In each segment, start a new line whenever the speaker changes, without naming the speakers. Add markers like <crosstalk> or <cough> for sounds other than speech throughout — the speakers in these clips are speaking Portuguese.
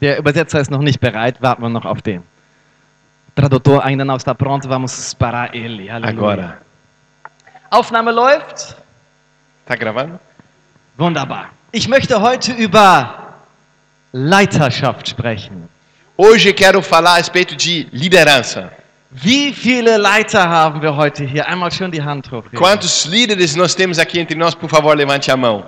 Der Übersetzer ist noch nicht bereit, warten wir noch auf den. Tradutor ainda não está pronto, vamos esperar ele. Aleluia.
Agora.
Aufnahme läuft.
Tá gravando?
Wunderbar. Ich möchte heute über Leiterschaft sprechen.
Hoje quero falar a respeito de liderança.
Wie viele Leiter haben wir heute hier? Einmal schön die Hand hochheben.
Quantos líderes nós temos aqui entre nós? Por favor, levante a mão.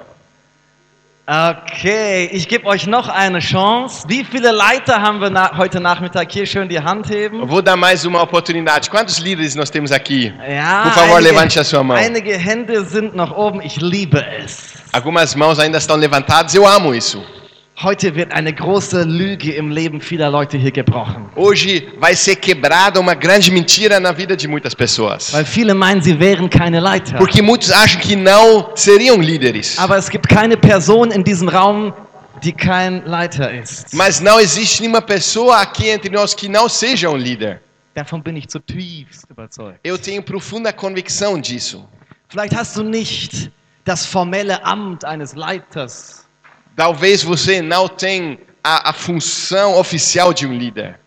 Okay, ich gebe euch noch eine Chance. Wie viele Leiter haben wir na heute Nachmittag hier? Schön die Hand
Eu
heben.
vou dar mais uma oportunidade. Quantos líderes nós temos aqui?
Ja,
Por favor, levante a sua mão.
einige Hände sind noch oben. Ich liebe es.
Algumas mãos ainda estão levantadas. Eu amo isso.
Heute wird eine große Lüge im Leben vieler Leute hier gebrochen.
Hoje vai ser quebrada uma grande mentira na vida de muitas pessoas.
Weil viele meinen, sie wären keine Leiter.
Porque muitos acham que não seriam líderes.
Aber es gibt keine Person in diesem Raum, die kein Leiter ist.
Mas não existe nenhuma pessoa aqui entre nós que não seja um líder.
Davon bin ich zutiefst überzeugt.
Eu tenho profunda convicção disso.
Vielleicht hast du nicht das formelle Amt eines Leiters,
Talvez você não tenha a, a função oficial de um líder,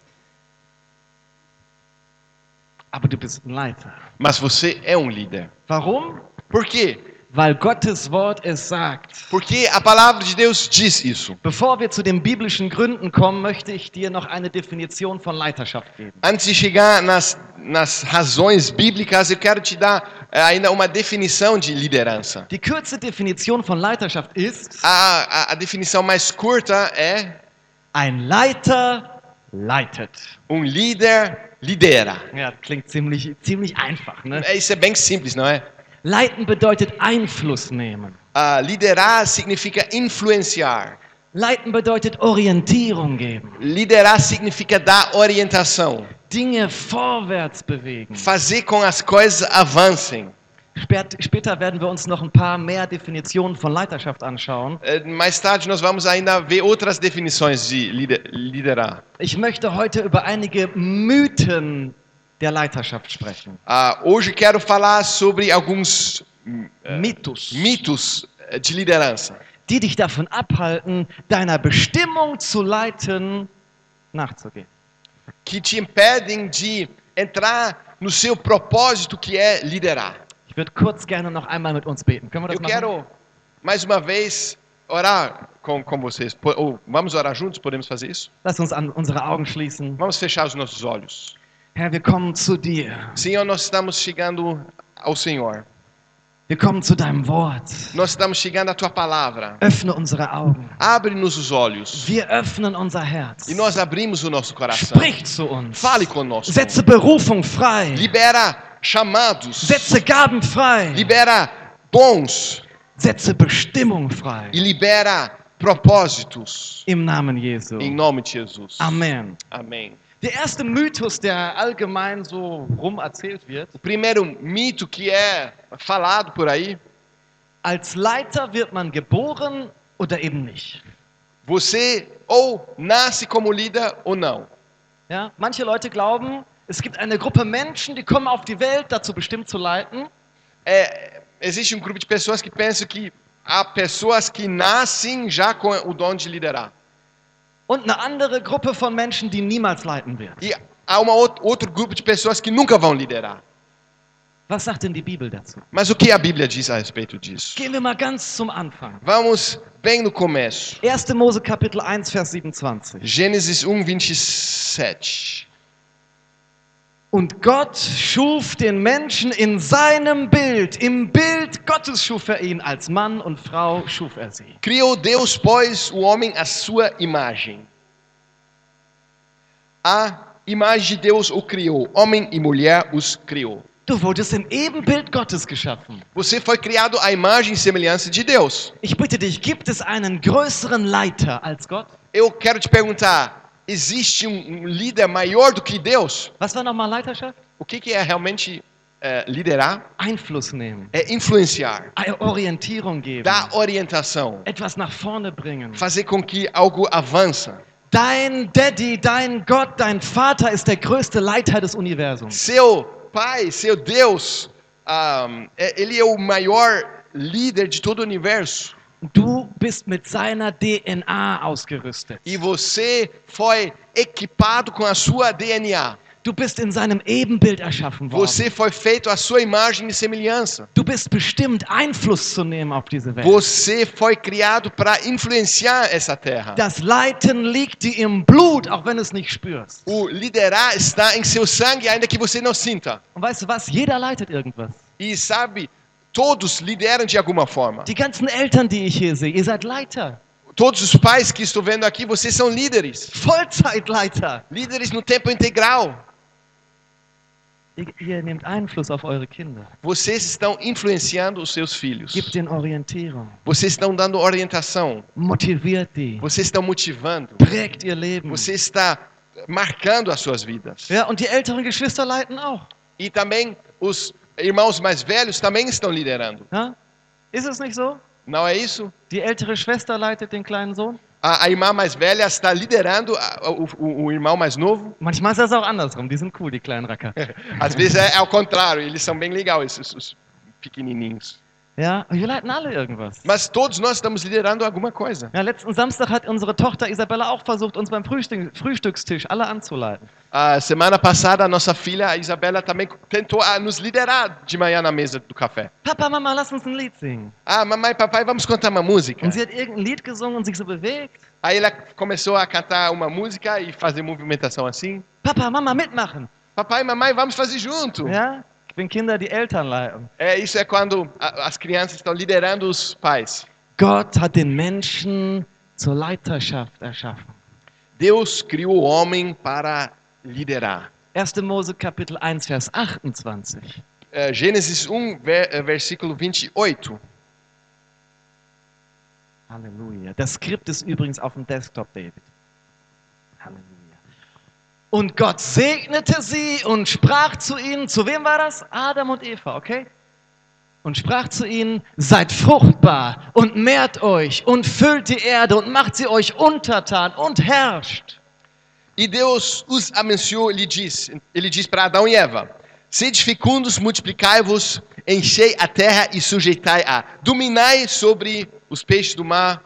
aber du bist ein Leiter.
mas você é um líder.
Warum?
Por quê?
Weil Gottes Wort es sagt.
Porque a palavra de Deus diz isso.
Bevor wir zu den biblischen Gründen kommen, möchte ich dir noch eine Definition von Leiterschaft geben.
Antes de chegar nas, nas razões bíblicas, eu quero te dar eh, ainda uma definição de liderança.
Die kürze Definition von Leiterschaft ist,
A, a, a definição mais curta é
ein Leiter leitet.
um líder lidera.
Ja, klingt ziemlich, ziemlich einfach. Ne?
É, Isso é bem simples, não é?
Leiten bedeutet Einfluss nehmen.
Ah, liderar significa influenciar.
Leiten bedeutet Orientierung geben.
Liderar significa dar orientação,
Dinge vorwärts bewegen.
fazer com as coisas avancem.
Spät- Später werden wir uns noch ein paar mehr Definitionen von Leiterschaft anschauen.
Eh, Mais tarde nós vamos ainda ver outras definições de lider- liderar.
Ich möchte heute über einige Mythen der Leiterschaft sprechen.
Ah, hoje quero falar sobre alguns hum,
Mythos,
mitos eh, de liderança
die dich davon abhalten, deiner Bestimmung zu leiten, nachzugehen.
que te impedem de entrar no seu propósito que é liderar.
Ich würde kurz gerne noch einmal mit uns beten. Können wir das
Eu
machen?
quero mais uma vez orar com, com vocês. Po- ou vamos orar juntos? Podemos fazer isso?
Lass uns an unsere Augen schließen.
Vamos fechar os nossos olhos.
Herr, wir kommen zu dir.
Senhor, nós estamos chegando ao Senhor.
Wir kommen zu deinem Wort.
Nós estamos chegando à tua palavra.
Öffne unsere Augen.
Abre-nos os olhos
Wir öffnen unser Herz.
e nós abrimos o nosso coração.
Sprich zu uns.
Fale conosco.
Setze Berufung frei.
Libera chamados.
Setze Gaben frei.
Libera dons
Setze Bestimmung frei.
e libera propósitos.
Im Namen Jesu.
Em nome de Jesus.
Amen.
Amém.
Der erste Mythos, der allgemein so rum erzählt wird,
O primeiro mito que é falado por aí,
als Leiter wird man geboren oder eben nicht.
você ou nasce como líder ou não.
Ja? Manche Leute glauben, es gibt eine Gruppe Menschen, die kommen auf die Welt, dazu bestimmt zu leiten.
É, existe um grupo de pessoas que pensam que há pessoas que nascem já com o dom de liderar.
Und eine andere Gruppe von Menschen, die niemals leiten wird.
E há uma out- outro grupo de pessoas que nunca vão liderar.
Was sagt denn die Bibel dazu?
Mas o que a Bíblia diz a respeito disso?
Gehen wir mal ganz zum Anfang.
Vamos bem no começo.
1. Mose Kapitel 1, Vers 27.
Gênesis 1, 27.
Und Gott schuf den Menschen in seinem Bild. Im Bild Gottes schuf er ihn. Als Mann und Frau schuf er sie.
Criou Deus, pois, o homem à sua imagem. A imagem de Deus o criou. Homem e mulher os criou.
Du wurdest im Ebenbild Gottes geschaffen.
Você foi criado à imagem e semelhança de Deus.
Ich bitte dich, gibt es einen größeren Leiter als Gott?
Eu quero te perguntar: existe um um líder maior do que Deus?
Was war nochmal Leiterschaft?
O que que é realmente eh, liderar?
Einfluss nehmen,
É influenciar,
Orientierung geben,
dar orientação,
etwas nach vorne bringen.
fazer com que algo avança.
Dein Daddy, dein Gott, dein Vater ist der größte Leiter des Universums.
Seu Pai, seu Deus, ah, é- ele é o maior líder de todo o universo.
Du bist mit seiner DNA ausgerüstet.
E você foi equipado com a sua DNA.
Du bist in seinem Ebenbild erschaffen worden.
Você foi feito à sua imagem e semelhança.
Du bist bestimmt, Einfluss zu nehmen auf diese Welt.
Você foi criado para influenciar essa terra.
Das Leiten liegt dir im Blut, auch wenn du es nicht spürst.
O liderar está em seu sangue, ainda que você não sinta.
Und weißt du was? Jeder leitet irgendwas.
E sabe, todos lideram de alguma forma.
Die ganzen Eltern, die ich hier sehe, ihr seid Leiter.
Todos os pais que estou vendo aqui, vocês são líderes.
Vollzeitleiter.
Líderes no tempo integral.
Ihr, ihr nehmt Einfluss auf eure Kinder.
Vocês estão influenciando os seus filhos.
Gebt ihnen Orientierung.
Vocês estão dando orientação.
Motiviert die.
Vocês estão motivando.
Prägt ihr Leben.
Você está marcando as suas vidas.
Ja, und die älteren Geschwister leiten auch.
E também os irmãos mais velhos também estão liderando.
Ja? Ist es nicht so?
Não é isso?
Die ältere Schwester leitet den kleinen Sohn.
A, a irmã mais velha está liderando a- o, o- o irmão mais novo.
Manchmal ist das auch andersrum. Die sind cool, die kleinen Racker.
Às vezes é, ao contrário, eles são bem legais, esses os pequenininhos.
Ja, und wir leiten alle irgendwas.
Mas todos nós estamos liderando alguma coisa.
Ja, letzten Samstag hat unsere Tochter Isabella auch versucht, uns beim Frühstück, Frühstückstisch alle anzuleiten.
A semana passada, a nossa filha, a Isabela, também tentou ah, nos liderar de manhã na mesa do café.
Papa, Mama, lass uns ein Lied singen.
Ah, mamãe, papai, vamos cantar uma música.
Und sie hat irgendein Lied gesungen und sich so bewegt.
Aí ela começou a cantar uma música e fazer movimentação assim.
Papa, Mama, mitmachen.
Papai, mamãe, vamos fazer junto.
Ja, wenn Kinder die Eltern leiten.
É, isso é quando a, as crianças estão liderando os pais.
Gott hat den Menschen zur Leiterschaft erschaffen.
Deus criou o homem para liderar.
1. Mose Kapitel 1, Vers 28.
É, Gênesis 1, ver, é, versículo 28.
Halleluja. Das Skript ist übrigens auf dem Desktop, David. Halleluja. Und Gott segnete sie und sprach zu ihnen, zu wem war das? Adam und Eva, okay? Und sprach zu ihnen, seid fruchtbar und mehrt euch und füllt die Erde und macht sie euch untertan und herrscht.
E Deus os abençoou, ele diz, ele diz para Adão e Eva: Sede fecundos, multiplicai-vos, enchei a terra e sujeitai-a. Dominai sobre os peixes do mar.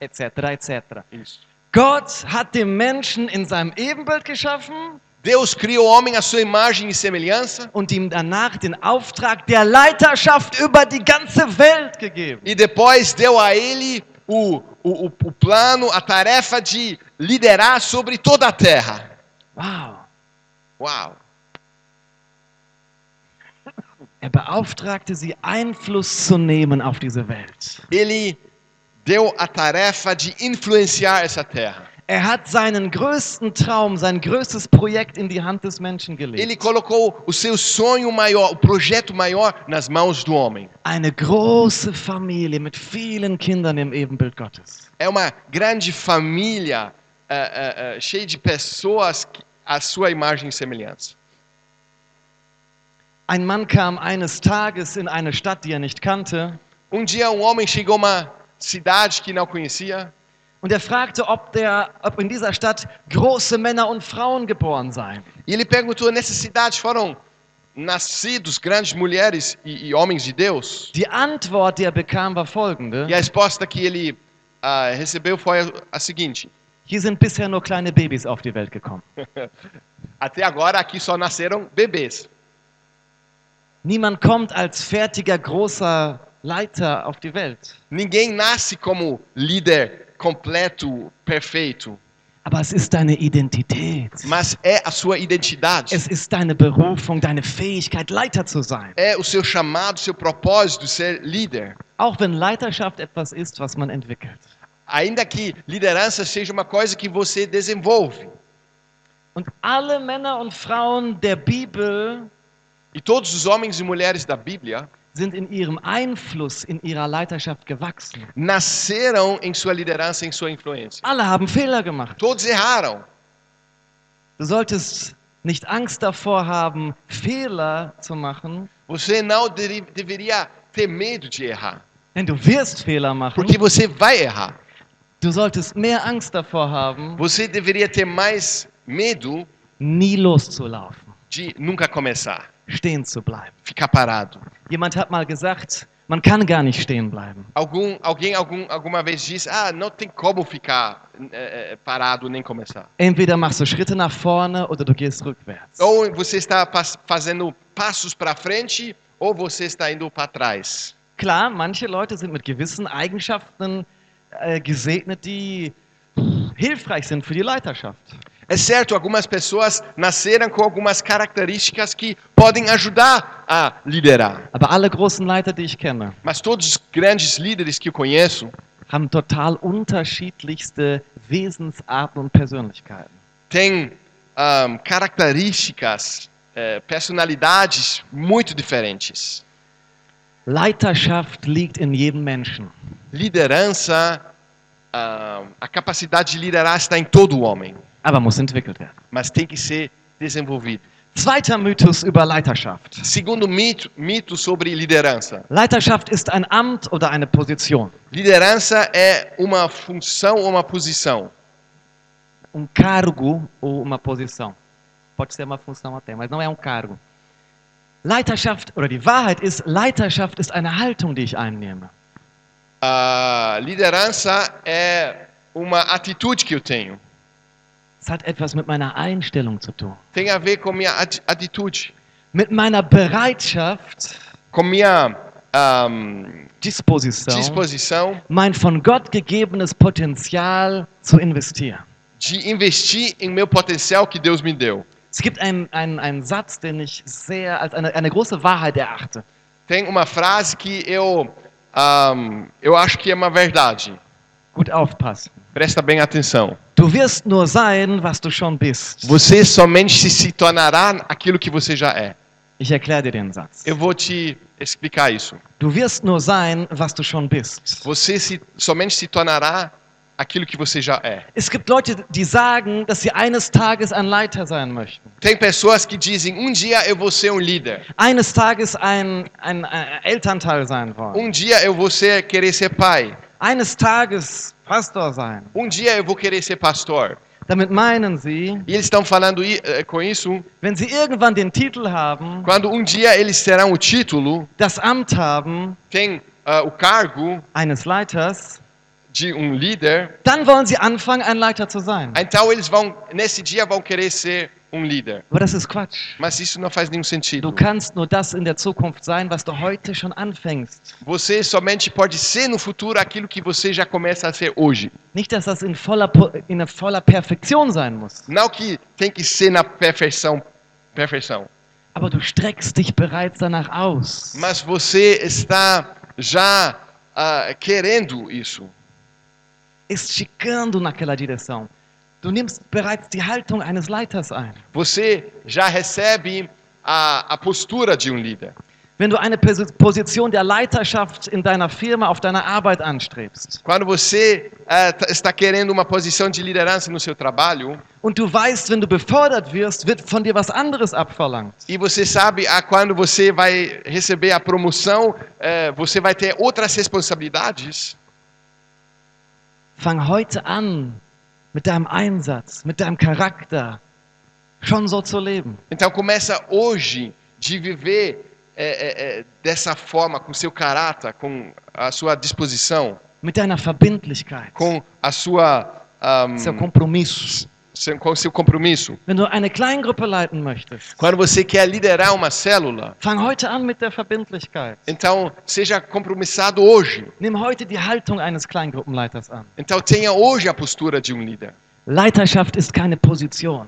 Etc., etc.
Isso.
Gott hat den Menschen in seinem Ebenbild geschaffen
Deus criou o homem à sua imagem e semelhança
und ihm danach den Auftrag der Leiterschaft über die ganze Welt gegeben.
e depois deu a ele o, o, o, o plano, a tarefa de liderar sobre toda a terra.
Wow.
Uau!
Er beauftragte sie, Einfluss zu nehmen auf diese Welt.
Ele deu a tarefa de influenciar essa terra.
Er hat seinen größten Traum, sein größtes Projekt in die Hand des Menschen gelegt.
Ele colocou o seu sonho maior, o projeto maior nas mãos do homem.
Eine große Familie mit vielen Kindern im Ebenbild Gottes.
É uma grande família é, é, é, cheia de pessoas que- à sua imagem e semelhança.
Ein Mann kam eines Tages in eine Stadt, die er nicht kannte,
Um dia um homem chegou a uma cidade que não conhecia
und er fragte, ob, der, ob in dieser Stadt große Männer und Frauen geboren seien.
e ele perguntou: nessa cidade foram nascidos grandes mulheres e, e homens de Deus?
Die Antwort, die er bekam, war folgende.
E a resposta que ele ah, recebeu foi a, a seguinte:
Hier sind bisher nur kleine Babys auf die Welt gekommen.
até agora aqui só nasceram bebês.
Niemand kommt als fertiger großer Leiter auf die Welt.
Ninguém nasce como líder completo, perfeito,
Aber es ist deine Identität.
mas é a sua identidade.
Es ist deine Berufung, deine Fähigkeit, Leiter zu sein.
É o seu chamado, seu propósito ser líder.
Auch wenn Leiterschaft etwas ist, was man entwickelt.
Ainda que liderança seja uma coisa que você desenvolve.
Und alle Männer und Frauen der Bibel
E todos os homens e mulheres da Bíblia
sind in ihrem Einfluss, in ihrer Leiterschaft gewachsen.
nasceram em sua liderança, em sua influência.
Alle haben Fehler gemacht.
Todos erraram.
Du solltest nicht Angst davor haben, Fehler zu machen,
Você não deri- deveria ter medo de errar,
denn du wirst Fehler machen.
porque você vai errar.
Du solltest mehr Angst davor haben,
Você deveria ter mais medo
nie loszulaufen.
de nunca começar,
stehen zu bleiben.
ficar parado.
Jemand hat mal gesagt, Man kann gar nicht stehen bleiben.
Algum, alguém algum, alguma vez disse, ah, não tem como ficar eh, eh, parado nem começar.
Entweder machst du Schritte nach vorne oder du gehst rückwärts.
Ou você está pas- fazendo passos para frente, ou você está indo para trás.
Klar, manche Leute sind mit gewissen Eigenschaften äh, gesegnet, die hilfreich sind für die Leiterschaft.
É certo, algumas pessoas nasceram com algumas características que podem ajudar a liderar.
Aber alle großen Leiter, die ich kenne,
Mas todos os grandes líderes que eu conheço
haben total unterschiedlichste Wesensarten und Persönlichkeiten.
têm ahm, características, eh, personalidades muito diferentes.
Leiterschaft liegt in jedem Menschen.
Liderança, ahm, a capacidade de liderar está em todo homem,
aber muss entwickelt werden.
mas tem que ser desenvolvido.
Zweiter Mythos über Leiterschaft.
Segundo mito, mito sobre liderança.
Leiterschaft ist ein Amt oder eine Position
Liderança é uma função ou uma posição.
um cargo ou uma posição. Pode ser uma função até, mas não é um cargo. Leiterschaft oder die Wahrheit ist, Leiterschaft ist eine Haltung, die ich einnehme.
A liderança é uma atitude que eu tenho.
Es hat etwas mit meiner Einstellung zu tun,
Tem a ver com minha ati- atitude,
mit meiner Bereitschaft,
com minha ahm,
Disposition,
disposição
mein von Gott gegebenes Potenzial zu investieren.
de investir em meu potencial que Deus me deu.
Es gibt einen, einen, einen Satz, den ich sehr als eine, eine große Wahrheit erachte.
Tem uma frase que eu ahm, eu acho que é uma verdade.
Gut aufpassen.
Presta bem atenção.
Du wirst nur sein, was du schon bist.
Você somente se, se tornará aquilo que você já é.
Ich erkläre dir den Satz.
Eu vou te explicar isso.
Du wirst nur sein, was du schon bist.
Você se, somente se tornará aquilo que você já é.
Es gibt Leute, die sagen, dass sie eines Tages ein Leiter sein möchten.
Tem pessoas que dizem: um dia eu vou ser um líder.
Eines Tages ein, ein, ein Elternteil sein wollen.
Um dia eu vou ser, querer ser pai.
Eines Tages Pastor sein.
Um dia eu vou querer ser pastor.
Damit meinen sie,
E eles estão falando i- eh, com isso
wenn sie irgendwann den Titel haben,
quando um dia eles terão o título,
das Amt haben
tem ah, o cargo
eines Leiters,
de um líder,
dann wollen sie anfangen, ein Leiter zu sein.
então eles vão nesse dia vão querer ser um líder.
Aber das ist Quatsch.
Mas isso não faz nenhum
Du
sentido.
kannst nur das in der Zukunft sein, was du heute schon anfängst.
Você somente pode ser no futuro aquilo que você já começa a ser hoje.
Nicht, dass das in voller, Po- in einer voller Perfektion sein muss,
Não que tem que ser na perfeição, perfeição.
aber du streckst dich bereits danach aus.
Mas você está já ah, querendo isso.
Esticando naquela direção. Du nimmst bereits die Haltung eines Leiters ein.
Você já recebe a, a postura de um líder.
Wenn du eine Pos- Position der Leiterschaft in deiner Firma, auf deiner Arbeit anstrebst
Quando você eh, tá- está querendo uma posição de liderança no seu trabalho
und du weißt, wenn du befördert wirst, wird von dir was anderes abverlangt,
e você sabe ah, quando você vai receber a promoção, eh, você vai ter outras responsabilidades.
fang heute an, mit deinem Einsatz, mit deinem Charakter schon so zu leben.
Então começa hoje de viver eh, eh, eh, dessa forma, com seu caráter, com a sua disposição,
Mit deiner Verbindlichkeit,
com a sua ahm,
seu Kompromiss.
seu- com o seu compromisso.
Wenn du eine Kleingruppe leiten möchtest,
Quando você quer liderar uma célula,
fang heute an mit der Verbindlichkeit.
então seja compromissado hoje.
Nimm heute die Haltung eines Kleingruppenleiters an.
Então tenha hoje a postura de um líder.
Leiterschaft ist keine Position.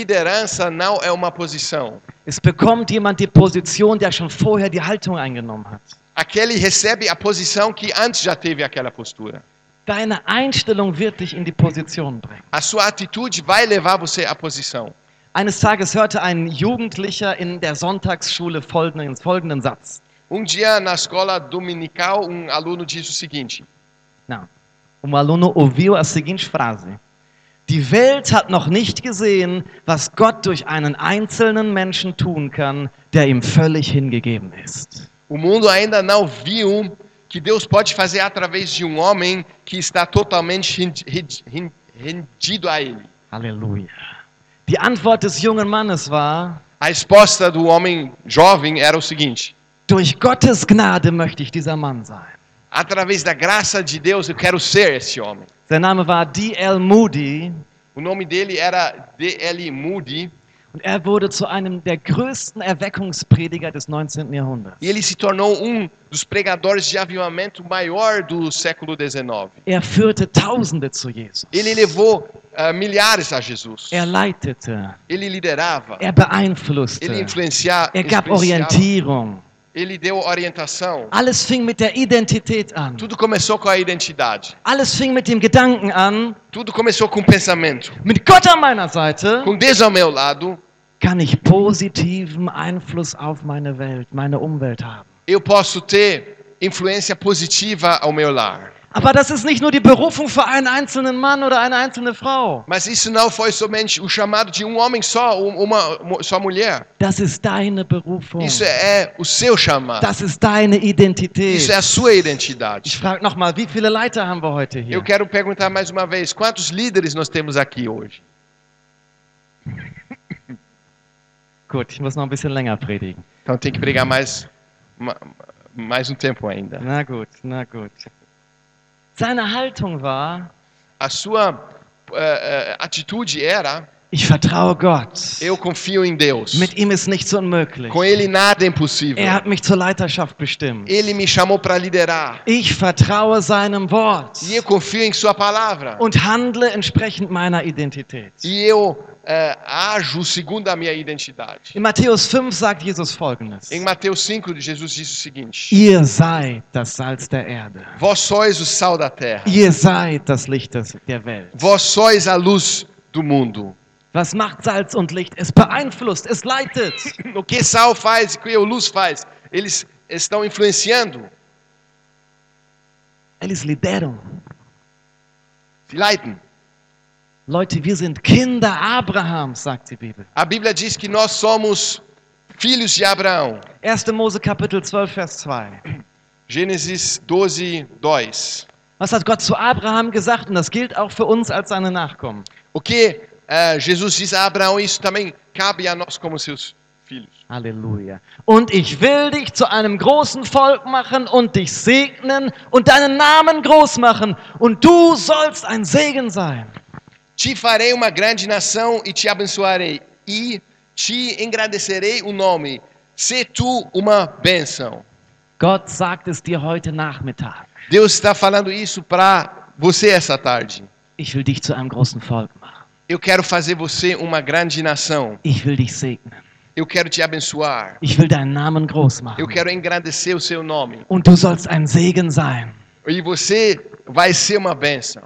Liderança não é uma posição.
Es bekommt jemand die Position, der schon vorher die Haltung eingenommen hat.
Aquele recebe a posição que antes já teve aquela postura.
Deine Einstellung wird dich in die Position bringen.
A sua atitude vai levar você à posição.
Eines Tages hörte ein Jugendlicher in der Sonntagsschule folgenden, folgenden Satz.
Um dia na escola dominical, um aluno disse o seguinte:
Não. Um aluno ouviu a seguinte frase. Die Welt hat noch nicht gesehen, was Gott durch einen einzelnen Menschen tun kann, der ihm völlig hingegeben ist.
O mundo ainda não viu que Deus pode fazer através de um homem que está totalmente rendi- rendi- ren- rendido a ele.
Halleluja. Die Antwort des jungen Mannes war,
A resposta do homem jovem era o seguinte:
Durch Gottes Gnade möchte ich dieser Mann sein.
Através da graça de Deus, eu quero ser esse homem.
Sein Name war D.L. Moody
O nome dele era D.L. Moody
und er wurde zu einem der größten Erweckungsprediger des 19. Jahrhunderts.
e ele se tornou um dos pregadores de avivamento maior do século XIX.
Er führte Tausende zu Jesus.
Ele levou ah, milhares a Jesus.
Er leitete,
Ele liderava.
er
Ele
beeinflusste,
influenciava.
er gab
influenciava.
Orientierung.
Ele deu orientação.
Alles fing mit der Identität an.
Tudo começou com a identidade.
Alles fing mit dem Gedanken an,
Tudo começou com o pensamento.
mit Gott an meiner Seite
Com Deus ao meu lado,
kann ich positiven Einfluss auf meine Welt, meine Umwelt haben.
eu posso ter influência positiva ao meu lar.
Aber das ist nicht nur die Berufung für einen einzelnen Mann oder eine einzelne Frau.
Mas isso não foi somente o chamado de um homem só, um- uma mu- só mulher.
Das ist deine Berufung.
Isso é o seu chamado.
Das ist deine Identität.
Isso é a sua
Ich
identidade.
frage nochmal, wie viele Leiter haben wir heute hier?
Eu quero perguntar mais uma vez, quantos líderes nós temos aqui hoje?
Gut, ich muss noch ein bisschen länger predigen.
Então tem que brigar mais ma- mais um tempo ainda.
Na gut, na gut. Seine Haltung war,
A sua eh, eh, atitude era:
ich vertraue Gott.
eu confio em Deus.
Mit ihm ist nichts unmöglich.
Com ele nada é impossível.
Er hat mich zur Leiterschaft bestimmt.
Ele me chamou para liderar.
Ich vertraue seinem Wort
E eu confio em sua palavra.
und handle entsprechend meiner Identität.
E eu eh, ajo segundo a minha identidade.
In Matthäus 5 sagt Jesus folgendes.
Em Mateus 5, Jesus diz o seguinte:
Ihr seid das Salz der Erde.
Vós sois o sal da terra.
Ihr seid das Licht des, der Welt.
Vós sois a luz do mundo.
Was macht Salz und Licht? Es beeinflusst, es leitet.
O que sal faz, o que a luz faz, eles estão influenciando.
Eles lideram.
Se Leiten.
Leute, wir sind Kinder Abrahams, sagt die Bibel.
A Bíblia diz que nós somos filhos de Abraão.
1. Mose Kapitel 12, Vers 2.
Gênesis 12, 2.
Was hat Gott zu Abraham gesagt? Und das gilt auch für uns als seine Nachkommen.
O que eh, Jesus diz a Abraão, isso também cabe a nós como seus filhos.
Halleluja. Und ich will dich zu einem großen Volk machen und dich segnen und deinen Namen groß machen. Und du sollst ein Segen sein.
Te farei uma grande nação e te abençoarei, e te engrandecerei o nome. Se tu uma bênção.
Gott sagt es dir heute Nachmittag.
Deus está falando isso para você essa tarde.
Ich will dich zu einem großen Volk machen.
Eu quero fazer você uma grande nação.
Ich will dich segnen.
Eu quero te abençoar.
Ich will deinen Namen groß machen.
Eu quero engrandecer o seu nome.
Und du sollst ein Segen sein.
E você vai ser uma bênção.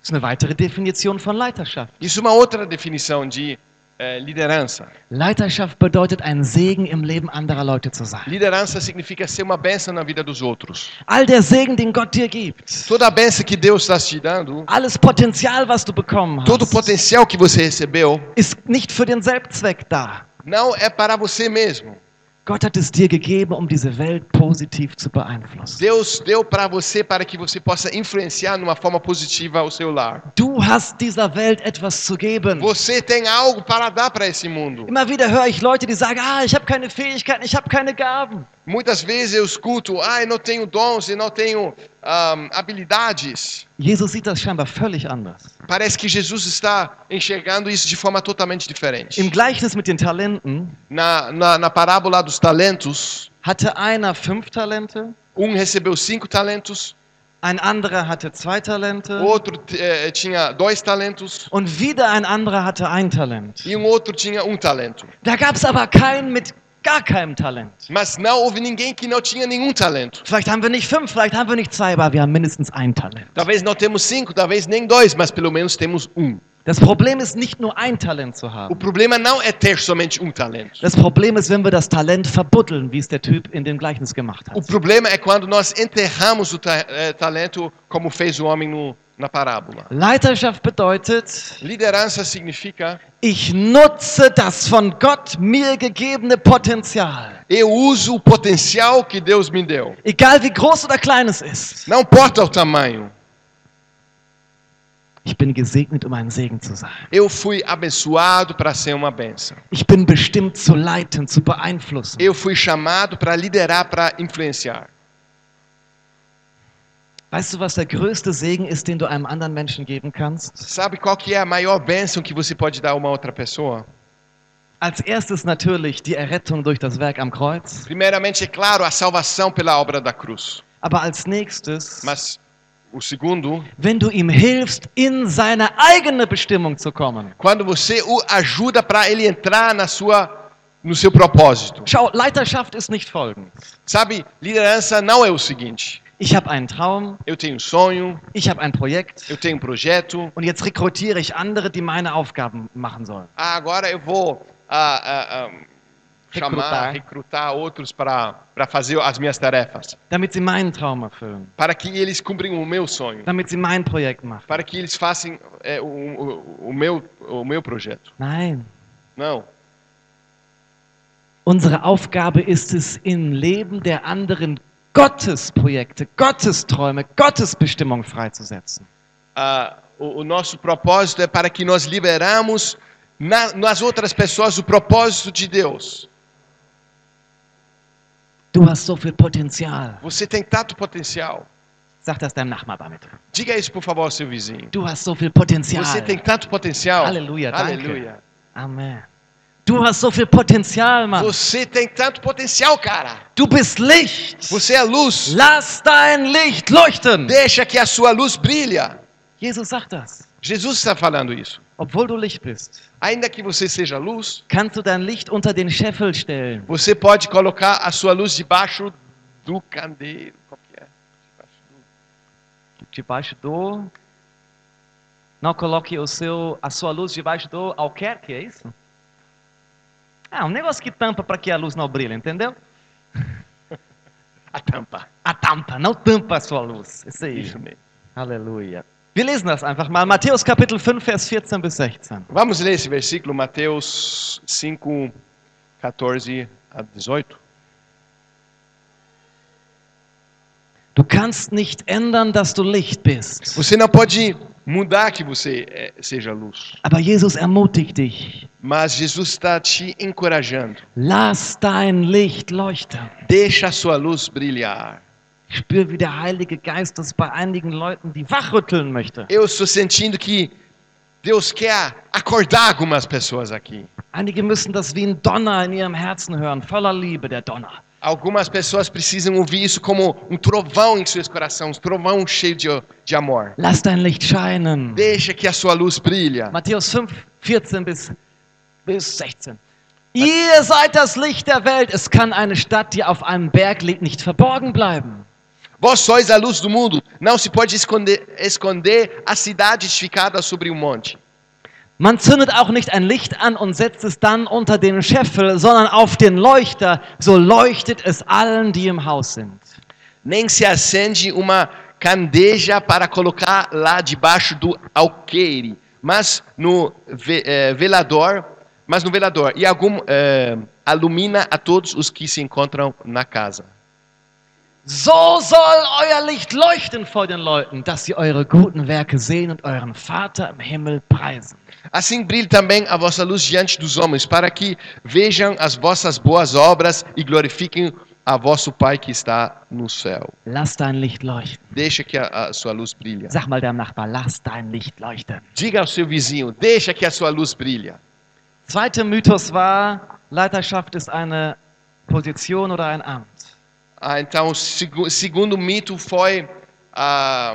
Das ist eine weitere Definition von Leiterschaft.
Isso é uma outra definição de eh, liderança.
Leiterschaft bedeutet, ein Segen im Leben anderer Leute zu sein.
Liderança significa ser uma bênção na vida dos outros.
All der Segen, den Gott dir gibt,
Toda a bênção que Deus está te dando,
alles Potenzial, was du bekommen
todo o
hast,
potencial que você recebeu,
ist nicht für den Selbstzweck da.
não é para você mesmo.
Gott hat es dir gegeben, um diese Welt positiv zu beeinflussen.
Deus deu para você para que você possa influenciar de uma forma positiva o seu lar.
Du hast dieser Welt etwas zu geben.
Você tem algo para dar para esse mundo.
Immer wieder höre ich Leute, die sagen, ah, ich habe keine Fähigkeiten, ich habe keine Gaben.
Muitas vezes eu escuto, ah, eu não tenho dons, eu não tenho ahm, habilidades.
Jesus sieht das scheinbar völlig anders.
Parece que Jesus está enxergando isso de forma totalmente diferente.
Im Gleichnis mit den Talenten
Na, na, na parábola dos talentos,
hatte einer fünf Talente,
um recebeu cinco talentos,
ein anderer hatte zwei Talente
outro t- eh, tinha dois talentos
und wieder ein anderer hatte ein Talent.
e um outro tinha um talento.
Da gab es aber keinen mit gar keinem Talent.
Mas não houve ninguém que não tinha nenhum talento.
Vielleicht haben wir nicht fünf, vielleicht haben wir nicht zwei, aber wir haben mindestens ein Talent.
Talvez não temos cinco, talvez nem dois, mas pelo menos temos um.
Das Problem ist nicht nur ein Talent zu
O
haben.
problema não é ter somente um talento.
Das Problem ist, wenn wir das Talent verbuddeln, wie es der Typ in dem Gleichnis gemacht
O
hat.
problema é quando nós enterramos o ta- eh, talento como fez o homem no, na parábola.
Leiterschaft bedeutet,
Liderança significa
Ich nutze das von Gott mir gegebene Potenzial.
eu uso o potencial que Deus me deu.
Egal wie groß oder klein es ist.
Não importa o tamanho.
Ich bin gesegnet, um ein Segen zu sein.
Eu fui abençoado para ser uma bênção.
Ich bin bestimmt zu leiten, zu beeinflussen.
Eu fui chamado para liderar, para influenciar.
Weißt du, was der größte Segen ist, den du einem anderen Menschen geben kannst?
Sabe qual que é a maior bênção que você pode dar a uma outra pessoa?
Als erstes natürlich die Errettung durch das Werk am Kreuz,
Primeiramente, é claro, a salvação pela obra da cruz.
aber als nächstes,
Mas o segundo,
wenn du ihm hilfst, in seine eigene Bestimmung zu kommen.
quando você o ajuda para ele entrar na sua no seu propósito.
Schau, Leiterschaft ist nicht folgendes.
Sabe, liderança não é o seguinte:
Ich habe einen Traum,
eu tenho um sonho,
ich habe ein Projekt
eu tenho um projeto,
und jetzt rekrutiere ich andere, die meine Aufgaben machen sollen.
ah, agora eu vou ah, ah, ah, chamar,
Recrutar.
recrutar outros para para fazer as minhas tarefas,
damit sie meinen Traum erfüllen,
para que eles cumpram o meu sonho,
damit sie mein Projekt machen.
para que eles façam é, o, o, o meu o meu projeto.
Nein,
Não.
unsere Aufgabe ist es, im Leben der anderen Gottes Projekte, Gottes Träume, Gottes Bestimmung freizusetzen.
Ah, o, o nosso propósito é para que nós liberamos na, nas outras pessoas o propósito de Deus.
Du hast so viel Potenzial.
Você tem tanto potencial.
Sag das deinem Nachbar damit.
Diga isso, por favor, ao seu vizinho.
Du hast so viel Potenzial.
Você tem tanto potencial.
Aleluia, danke.
Aleluia.
Amen. Du hast so viel Potenzial, Mann.
Você tem tanto potencial, cara.
Du bist Licht.
Você é a luz.
Lass dein Licht leuchten.
Deixa que a sua luz brilha.
Jesus sagt das.
Jesus está falando isso.
Obwohl du Licht bist,
Ainda que você seja luz,
kannst du dein Licht unter den Scheffel stellen.
você pode colocar a sua luz debaixo do candeeiro. Qual que é? Debaixo
debaixo
do-
do. Não coloque o seu, a sua luz debaixo do alquerque, é isso? Ah, um negócio que tampa para que a luz não brilhe, entendeu?
A tampa.
A tampa, não tampa a sua luz. Isso aí.
Isso mesmo.
Halleluja. Wir lesen das einfach mal. Matthäus Kapitel 5, Vers 14 bis 16.
Vamos ler esse versículo, Mateus 5, 14 a 18.
Du kannst nicht ändern, dass du Licht bist.
Você não pode mudar que você eh, seja luz,
Aber Jesus ermutigt dich.
mas Jesus está te encorajando.
Lass dein Licht leuchten.
Deixa a sua luz brilhar.
Ich spüre, wie der Heilige Geist das bei einigen Leuten die wachrütteln möchte.
Eu estou sentindo que Deus quer acordar algumas pessoas aqui.
Einige müssen das wie ein Donner in ihrem Herzen hören, voller Liebe, der Donner.
Algumas pessoas precisam ouvir isso como um trovão em seus corações, um trovão cheio de, de amor.
Lass dein Licht scheinen.
Deixa que a sua luz brilha.
Matthäus 5, 14 bis, bis 16. Ihr seid das Licht der Welt. Es kann eine Stadt, die auf einem Berg liegt, nicht verborgen bleiben.
Vós sois a luz do mundo. Não se pode esconder, esconder a cidade edificada sobre um monte.
Man zündet auch nicht ein Licht an und setzt es dann unter den Scheffel, sondern auf den Leuchter. So leuchtet es allen, die im Haus sind.
Nem se acende uma candeja para colocar lá debaixo do alqueire, mas no ve- eh, velador, mas no velador e algum eh, alumina a todos os que se encontram na casa.
So soll euer Licht leuchten vor den Leuten, dass sie eure guten Werke sehen und euren Vater im Himmel preisen.
Assim brilhe também a vossa luz diante dos homens, para que vejam as vossas boas obras e glorifiquem a vosso Pai que está no céu.
Lass dein Licht leuchten.
Deixa que a, a sua luz brilhe.
Sag mal deinem Nachbar, lass dein Licht leuchten.
Diga ao seu vizinho, deixa que a sua luz brilha.
Zweiter Mythos war, Leiterschaft ist eine Position oder ein Amt.
Ah, então, o segu- segundo mito foi a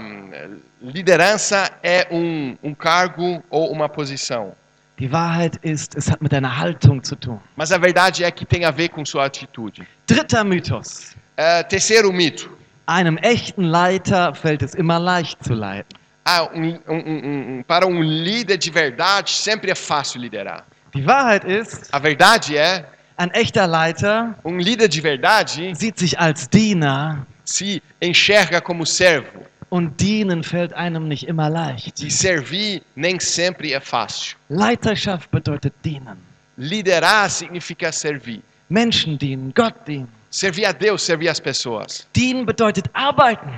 liderança é um, um cargo ou uma posição.
Die Wahrheit ist, es hat mit deiner Haltung zu tun.
Mas a verdade é que tem a ver com sua atitude.
Dritter Mythos.
Ah, terceiro mito.
Einem echten Leiter fällt es immer leicht zu leiten.
Ah, um- um- um- um- um- para um líder de verdade, sempre é fácil liderar.
Die Wahrheit ist,
A verdade é,
ein echter Leiter
um líder de verdade
sieht sich als Diener
se enxerga como servo.
und dienen fällt einem nicht immer leicht.
E servir nem sempre é fácil.
Leiterschaft bedeutet dienen.
Liderar significa servir.
Menschen dienen, Gott dienen.
Servir a Deus, servir as pessoas.
Dienen bedeutet arbeiten.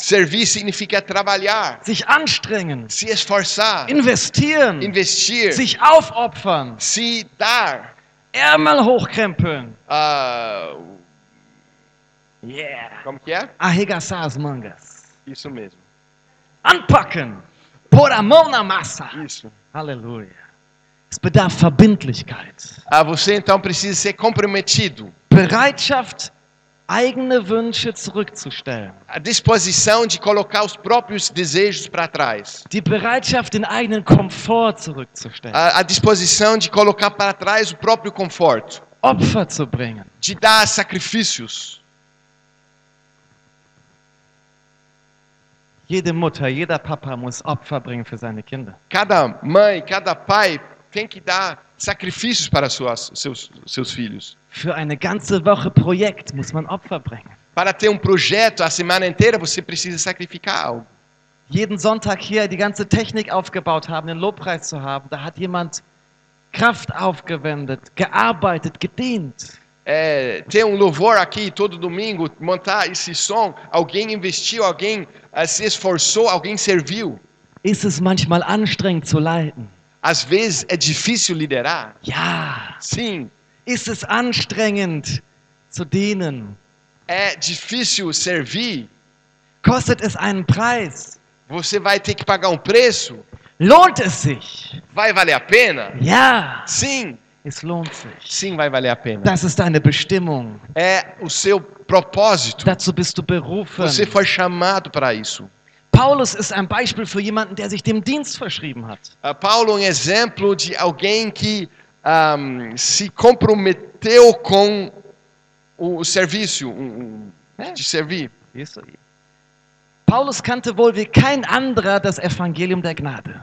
Servir significa trabalhar,
sich anstrengen,
se esforçar,
investieren,
investir,
sich aufopfern,
se dar.
Ärmel hochkrempeln.
ah,
Yeah.
como que é?
Arregaçar as mangas.
Isso mesmo.
Anpacken. Pôr a mão na massa.
Isso.
Halleluja. Es bedarf Verbindlichkeit.
Ah, você então precisa ser comprometido.
Bereitschaft, eigene Wünsche zurückzustellen.
A disposição de colocar os próprios desejos para trás.
Die Bereitschaft, den eigenen Komfort zurückzustellen.
A, a disposição de colocar para trás o próprio conforto.
Opfer zu bringen.
De dar sacrifícios.
Jede Mutter, jeder Papa muss Opfer bringen für seine Kinder.
Cada mãe, cada pai tem que dar sacrifícios para suas, seus, seus filhos.
Für eine ganze Woche Projekt muss man Opfer bringen.
Para ter um projeto a semana inteira, você precisa sacrificar algo.
jeden Sonntag hier die ganze Technik aufgebaut haben, den Lobpreis zu haben. Da hat jemand Kraft aufgewendet, gearbeitet, gedient.
É, ter um louvor aqui todo domingo, montar esse som, alguém investiu, alguém ah, se esforçou, alguém serviu.
Ist es manchmal anstrengend zu leiten?
Às vezes é difícil liderar.
Ja.
Sim,
Ist es anstrengend zu dienen?
é difícil servir.
Kostet es einen Preis?
Você vai ter que pagar um preço.
Lohnt es sich?
Vai valer a pena?
Ja,
Sim,
es lohnt sich.
sim, vai valer a pena.
Das ist deine Bestimmung.
É o seu propósito.
Dazu bist du berufen.
Você foi chamado para isso.
Paulus ist ein Beispiel für jemanden, der sich dem Dienst verschrieben hat.
Ah, Paulo é um exemplo de alguém que ahm, se comprometeu com o, o serviço, um- um- de servir.
Siehst du? Paulus kannte wohl wie kein anderer das Evangelium der Gnade.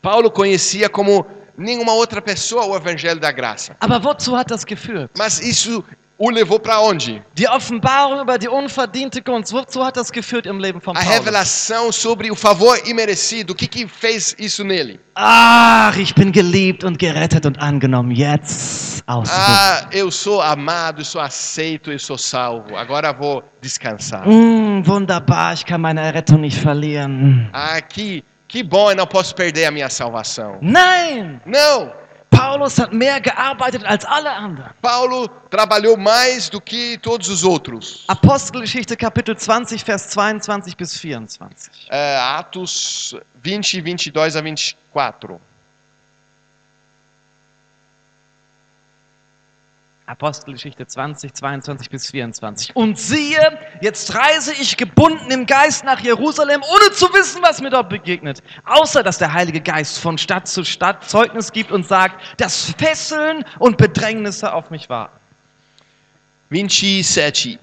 Paulo conhecia como nenhuma outra pessoa o Evangelho da Graça.
Aber wozu hat das geführt?
Mas isso o levou para onde?
Die Offenbarung über die unverdiente Gunst, wozu hat das geführt im Leben von
A
Paulus?
revelação sobre o favor imerecido. O que, que fez isso nele?
Ach, ich bin geliebt und gerettet und angenommen. Jetzt ausruhen.
Ah, eu sou amado, eu sou aceito, eu sou salvo. Agora vou descansar.
Mm, wunderbar, ich kann meine Errettung nicht verlieren.
Ah, que, que bom, eu não posso perder a minha salvação.
Nein,
Não!
Paulus hat mehr gearbeitet als alle anderen.
Paulo trabalhou mais do que todos os outros.
Apostelgeschichte Kapitel 20, Vers 22 bis 24.
É, Atos 20, 22 a 24.
Apostelgeschichte 20, 22 bis 24. Und siehe, jetzt reise ich gebunden im Geist nach Jerusalem, ohne zu wissen, was mir dort begegnet. Außer, dass der Heilige Geist von Stadt zu Stadt Zeugnis gibt und sagt, dass Fesseln und Bedrängnisse auf mich warten.
27.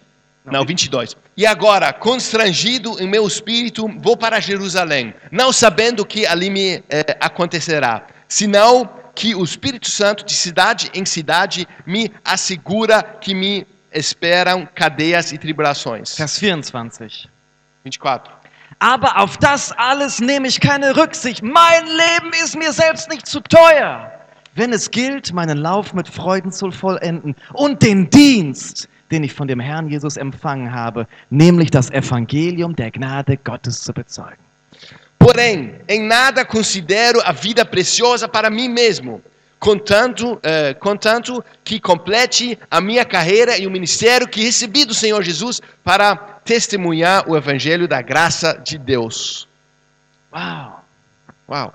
Não, 22. E agora, constrangido em meu espírito, vou para Jerusalém, não sabendo o que ali me eh, acontecerá, senão que o Espírito Santo, de cidade em cidade, me assegura que me esperam cadeias e tribulações.
Vers 24.
24.
Aber auf das alles nehme ich keine Rücksicht. Mein Leben ist mir selbst nicht zu teuer. Wenn es gilt, meinen Lauf mit Freuden zu vollenden und den Dienst, den ich von dem Herrn Jesus empfangen habe, nämlich das Evangelium der Gnade Gottes zu bezeugen.
Porém, em nada considero a vida preciosa para mim mesmo, contanto, eh, contanto que complete a minha carreira e o ministério que recebi do Senhor Jesus para testemunhar o evangelho da graça de Deus.
Wow.
Uau!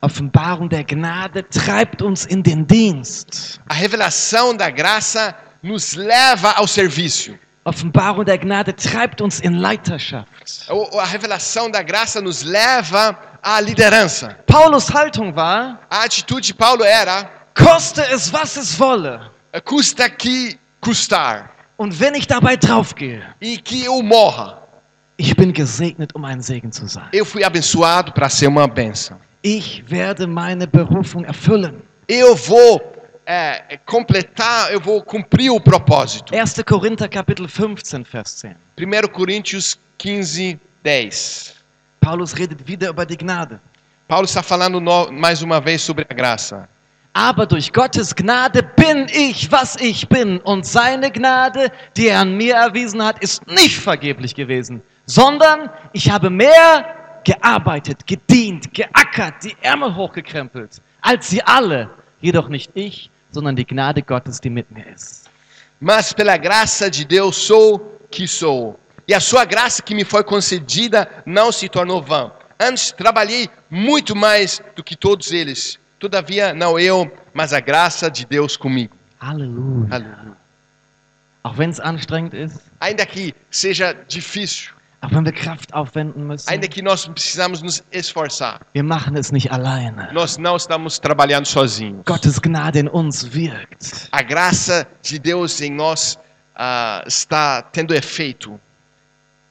Offenbarung der Gnade treibt uns in den Dienst.
A revelação da graça nos leva ao serviço.
Offenbarung der Gnade treibt uns in Leiterschaft.
O- A revelação da graça nos leva à liderança.
Paulus Haltung war,
A atitude de Paulo era:
koste es, was es wolle.
custa que custar
Und wenn ich dabei draufgehe,
e que eu morra.
Ich bin gesegnet, um ein Segen zu sein.
Eu fui abençoado para ser uma bênção.
Ich werde meine Berufung erfüllen.
Eu vou é, completar, eu vou cumprir o propósito.
1. Korinther Kapitel 15, Vers 10.
1 Coríntios 15, 10.
Paulus redet wieder über die Gnade.
Paulo está falando no- mais uma vez sobre a graça.
Aber durch Gottes Gnade bin ich, was ich bin. Und seine Gnade, die er an mir erwiesen hat, ist nicht vergeblich gewesen, sondern ich habe mehr gearbeitet, gedient, geackert, die Ärmel hochgekrempelt, als sie alle, jedoch nicht ich, sondern die Gnade Gottes, die mit mir ist.
Mas pela graça de Deus sou que sou. E a sua graça que me foi concedida não se tornou vã. Antes trabalhei muito mais do que todos eles. Todavia, não eu, mas a graça de Deus comigo.
Halleluja.
Halleluja.
Auch wenn es anstrengend ist,
Ainda que seja difícil,
auch wenn wir Kraft aufwenden müssen,
ainda que nós precisamos nos esforçar,
wir machen es nicht alleine.
nós não estamos trabalhando sozinhos.
Gottes Gnade in uns wirkt.
A graça de Deus em nós ah, está tendo efeito.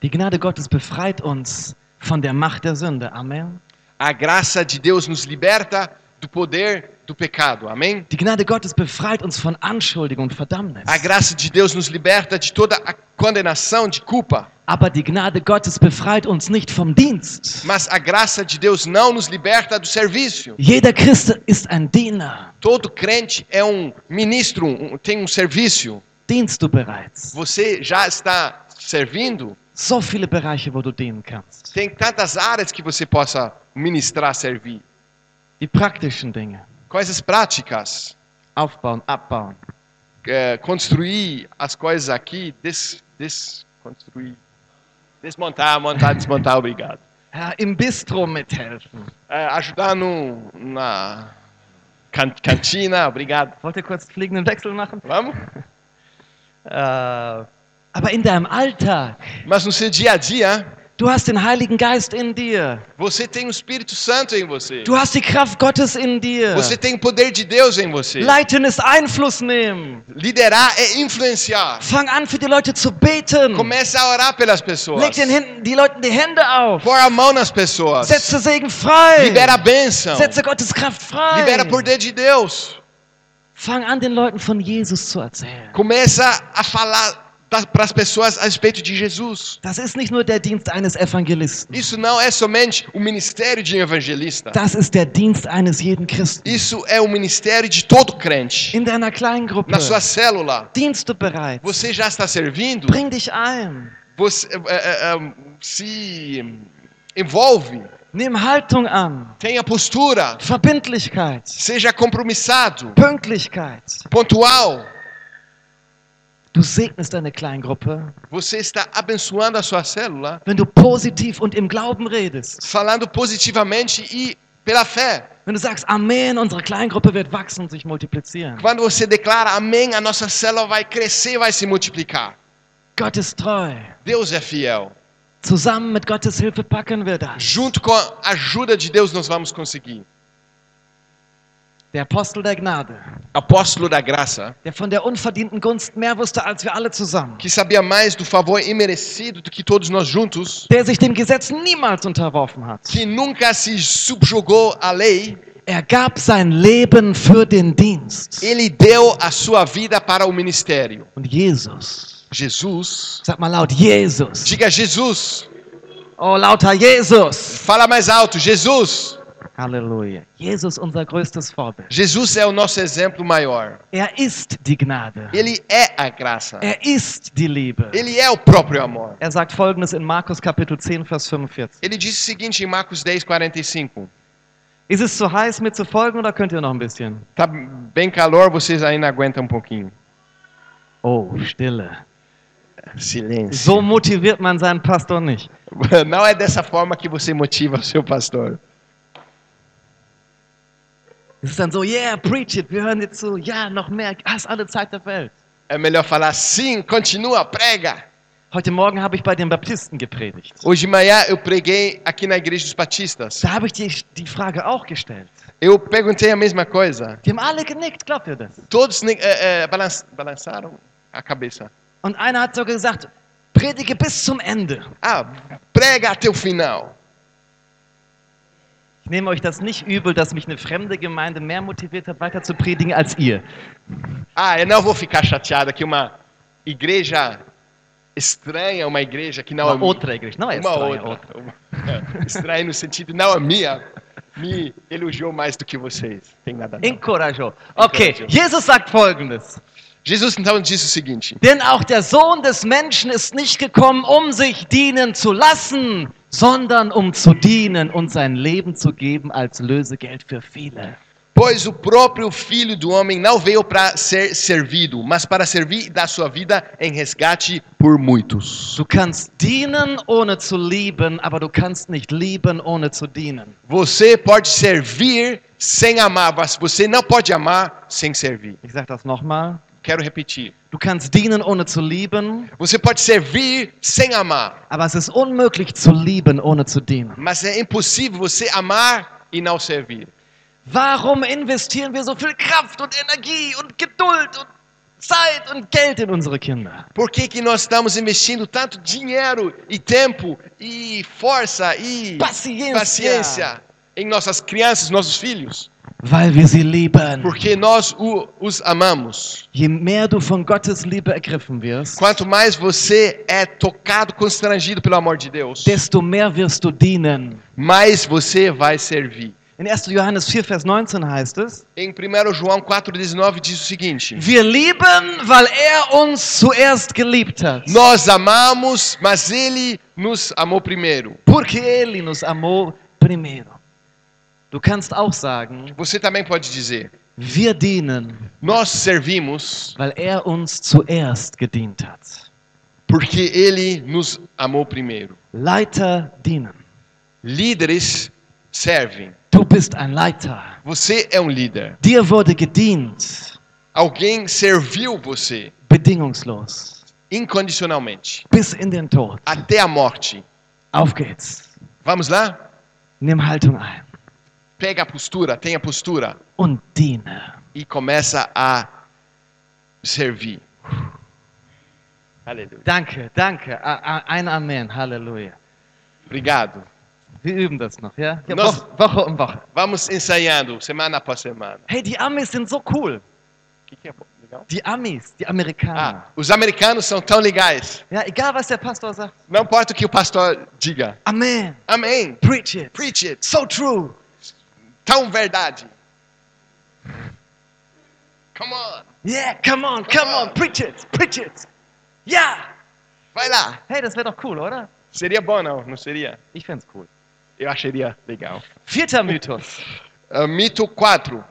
Die Gnade Gottes befreit uns von der Macht der Sünde. Amen.
A graça de Deus nos liberta do poder do pecado. Amém?
Die Gnade Gottes befreit uns von Anschuldigung und Verdammnis.
A graça de Deus nos liberta de toda a condenação de culpa.
Aber die Gnade Gottes befreit uns nicht vom Dienst.
Mas a graça de Deus não nos liberta do serviço.
Jeder Christ ist ein Diener.
Todo crente é um ministro, um- tem um serviço.
Dienst du bereits.
Você já está servindo?
So viele Bereiche, wo du dienen kannst.
Tem tantas áreas que você possa ministrar, servir.
Die praktischen Dinge.
Coisas práticas.
Aufbauen, abbauen.
É, construir as coisas aqui, des, desconstruir. Desmontar, montar, desmontar, <laughs> obrigado.
Ja, Im Bistro mithelfen.
É, ajudar no, na can- cantina, obrigado.
Wollt ihr kurz fliegenden Wechsel machen?
Vamos?
Äh, aber in deinem Alltag.
Mas no seu dia a dia,
Du hast den Heiligen Geist in dir.
você tem o Espírito Santo em você.
Du hast die Kraft Gottes in dir.
Você tem o poder de Deus em você.
Leiten ist Einfluss nehmen.
Liderar é influenciar.
Fang an, für die Leute zu beten.
Comece a orar pelas pessoas.
Leg den Händen, die Leuten die Hände auf.
Pôr a mão nas pessoas.
Setze Segen frei.
Libera a bênção.
Setze Gottes Kraft frei.
Libera o poder de Deus.
Fang an, den Leuten von Jesus zu erzählen.
Começa a falar para as pessoas a respeito de Jesus.
Das ist nicht nur der Dienst eines Evangelisten.
Isso não é somente o ministério de um evangelista.
Das ist der Dienst eines jeden Christen.
Isso é o ministério de todo crente.
In deiner Kleingruppe.
Na sua célula,
Dienst du bereits.
você já está servindo?
Bring dich ein.
Você é, é, é, se envolve,
Nimm Haltung an.
tenha postura,
Verbindlichkeit.
seja compromissado,
Pünktlichkeit.
pontual.
Du segnest deine Kleingruppe,
Você está abençoando a sua célula,
wenn du positiv und im Glauben redest.
falando positivamente e pela fé.
Wenn du sagst, Amen, unsere Kleingruppe wird wachsen und sich multiplizieren.
Quando você declara amém, a nossa célula vai crescer, vai se multiplicar.
Gott ist treu.
Deus é fiel.
Zusammen mit Gottes Hilfe packen wir das.
Junto com a ajuda de Deus, nós vamos conseguir.
Der Apostel der Gnade,
Apóstolo da graça,
der von der unverdienten Gunst mehr wusste als wir alle zusammen.
que sabia mais do favor imerecido do que todos nós juntos,
Der sich dem Gesetz niemals unterworfen hat.
que nunca se subjugou à lei,
Er gab sein Leben für den Dienst.
ele deu a sua vida para o ministério.
Und Jesus,
Jesus,
sag mal laut, Jesus.
diga Jesus,
Oh, lauter Jesus.
fala mais alto, Jesus.
Halleluja. Jesus, unser größtes Vorbild.
Jesus é o nosso exemplo maior.
Er ist die Gnade.
Ele é a graça.
Er ist die Liebe.
Ele é o próprio amor.
Er sagt folgendes in Markus Kapitel 10, Vers 45.
Ele diz o seguinte em Marcos 10, 45.
Ist es zu heiß, mir zu folgen oder könnt ihr noch ein bisschen?
Tá bem calor, vocês ainda aguentam um pouquinho.
Oh, Stille.
Silêncio.
So motiviert man seinen Pastor nicht.
<laughs> Não é dessa forma que você motiva o seu pastor.
Es ist dann so, yeah, preach it, wir hören dir zu, ja, noch mehr, hast alle Zeit der Welt.
É melhor falar sim, continua, prega.
Heute Morgen habe ich bei den Baptisten gepredigt.
Hoje de manhã eu preguei aqui na igreja dos batistas.
Da habe ich die, die Frage auch gestellt.
Eu perguntei a mesma coisa.
Die haben alle genickt, glaubt ihr das?
Todos né, é, é, balan- balançaram a cabeça.
Und einer hat sogar gesagt, predige bis zum Ende.
Ah, prega até o final.
Ich nehme euch das nicht übel, dass mich eine fremde Gemeinde mehr motiviert hat, weiter zu predigen als ihr.
Ah, eu não vou ficar chateado que uma igreja estranha, uma igreja que não é
Uma
minha-
outra igreja, não é
uma
estranha,
outra.
outra.
Uma- é, estranha no sentido não a minha me elogiou mais do que vocês. Tem nada. a ver.
Encorajou. Okay,
Encorajou.
Jesus sagt folgendes.
Jesus então disse o seguinte:
Denn auch der Sohn des Menschen ist nicht gekommen, um sich dienen zu lassen, sondern um zu dienen und sein Leben zu geben als Lösegeld für viele.
Pois o próprio Filho do Homem não veio para ser servido, mas para servir e dar sua vida em resgate por muitos.
Du kannst dienen, ohne zu lieben, aber du kannst nicht lieben, ohne zu dienen.
Você pode servir sem amar, mas você não pode amar sem servir.
Ich sage das nochmal.
Quero repetir.
Du kannst dienen, ohne zu lieben,
Você pode servir sem amar,
aber es ist unmöglich zu lieben, ohne zu dienen.
mas é impossível você amar e não servir.
Warum investieren wir so viel Kraft und Energie und Geduld und Zeit und Geld in unsere Kinder?
Por que, que nós estamos investindo tanto dinheiro e tempo e força e
Paciência.
paciência em nossas crianças, nossos filhos?
Weil wir sie lieben.
Porque nós o- os amamos.
Je mehr du von Gottes Liebe ergriffen wirst,
Quanto mais você é tocado, constrangido pelo amor de Deus,
desto mehr wirst du dienen.
mais você vai servir.
In 1. Johannes 4, Vers 19 heißt es,
Em 1 João 4,19 diz o seguinte:
wir lieben, weil er uns zuerst geliebt hat.
Nós amamos, mas Ele nos amou primeiro.
Porque ele nos amou primeiro. Du kannst auch sagen,
Você também pode dizer:
wir dienen,
Nós servimos
Weil er uns zuerst gedient hat.
porque Ele nos amou primeiro.
Leiter dienen.
Líderes servem.
Du bist ein Leiter.
Você é um líder.
Dir wurde gedient,
Alguém serviu você
bedingungslos,
incondicionalmente
bis in den Tod.
até a morte.
Auf geht's.
Vamos lá?
Nimm Haltung ein
Pega a postura, tenha postura
und diene.
e começa a servir. Aleluia.
Danke, danke. A- a- Ein Amen. Halleluja.
Obrigado.
Wir üben das noch, ja? ja
Los.
Woche, Woche um Woche.
Vamos ensaiando semana após semana.
Hey, die Amis sind so cool.
O que, que é bom? Legal?
Die Amis, die Amerikaner.
Ah, os americanos são tão legais.
Ja, egal was der Pastor sagt.
Não importa o que o pastor diga.
Amen.
Amém.
Preach it.
Preach it.
So true.
Tão verdade. Come on.
Yeah, come on, come on. Preach it. Preach it. Yeah.
Vai lá.
Hey, das wäre doch cool, oder?
Seria bom, não? Não seria?
Ich fände cool.
Eu acharia legal.
Vierter Mythos.
Ah, mito 4.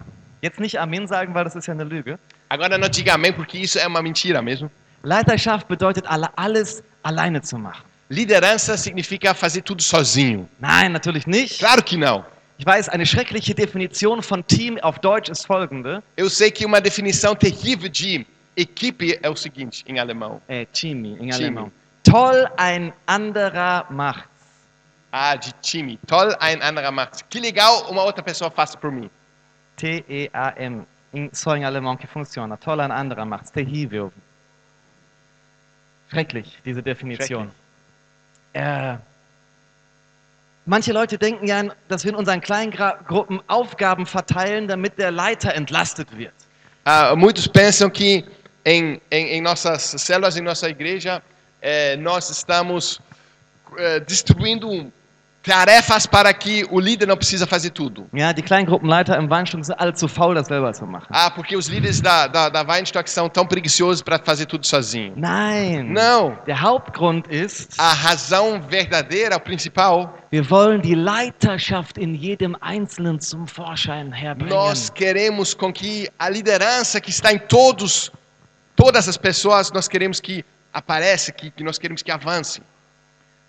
Jetzt nicht Amen sagen, weil das ist ja eine Lüge.
Agora não diga amém, porque isso é uma mentira mesmo.
Leiterschaft bedeutet, alle- alles alleine zu machen.
Liderança significa fazer tudo sozinho.
Nein, natürlich nicht.
Claro que não.
Ich weiß, eine schreckliche Definition von Team auf Deutsch ist folgende.
Eu sei que uma definição terrível de equipe é o seguinte, em alemão.
Äh, Teamie in
Teamie.
Alemán. Toll ein anderer macht.
Ah, de time. Toll ein anderer macht. Que legal uma outra pessoa faça por mim.
T-E-A-M. E In, so in Alemán que funciona. Toll ein anderer macht. Tehivio. Schrecklich, diese Definition. Äh, manche Leute denken ja, dass wir in unseren kleinen Gra Gruppen Aufgaben verteilen, damit der Leiter entlastet wird.
Ah, muitos pensam que em, em, em nossas células, em nossa igreja, eh, nós estamos eh, distribuindo tarefas para que o líder não precisa fazer tudo.
Ja, die Kleingruppenleiter im Weinstuhl sind alle zu faul, das selber zu machen.
Ah, porque os líderes da, da, da Weinstock são tão preguiçosos para fazer tudo sozinho.
Nein.
Não.
Der Hauptgrund ist,
A razão verdadeira, o principal,
wir wollen die Leiterschaft in jedem Einzelnen zum Vorschein herbringen.
nós queremos com que a liderança que está em todos, todas as pessoas, nós queremos que apareça, que, que nós queremos que avance.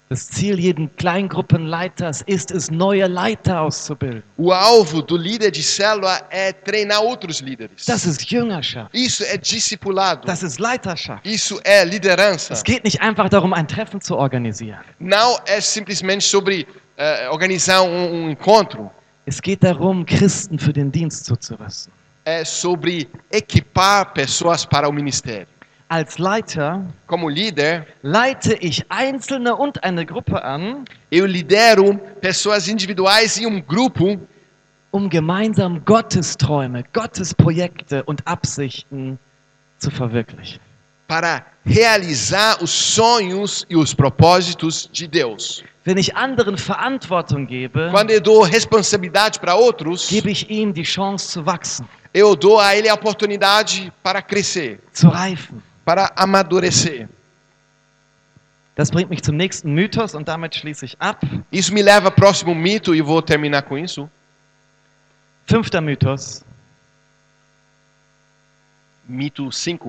Das Ziel jeden Kleingruppenleiters ist es, neue Leiter auszubilden.
O alvo do líder de célula é treinar outros líderes.
Das ist Jüngerschaft.
Isso é discipulado.
Das ist Leiterschaft.
Isso é liderança.
Es geht nicht einfach darum, ein Treffen zu organisieren.
Não é simplesmente sobre eh, organizar um, um encontro.
Es geht darum, Christen für den Dienst zuzurüsten.
É sobre equipar pessoas para o ministério.
Als Leiter
Como líder,
leite ich Einzelne und eine Gruppe an,
eu lidero pessoas individuais em um grupo
um gemeinsam Gottes Träume, Gottes Projekte und Absichten zu verwirklichen.
para realizar os sonhos e os propósitos de Deus.
Wenn ich anderen Verantwortung gebe,
Quando eu dou responsabilidade para outros,
gebe ich ihm die Chance zu wachsen,
eu dou a ele a oportunidade para crescer,
zu reifen.
para amadurecer.
Das bringt mich zum nächsten Mythos und damit schließe ich ab.
Isso me leva ao próximo mito e vou terminar com isso.
Fünfter Mythos.
Mito 5.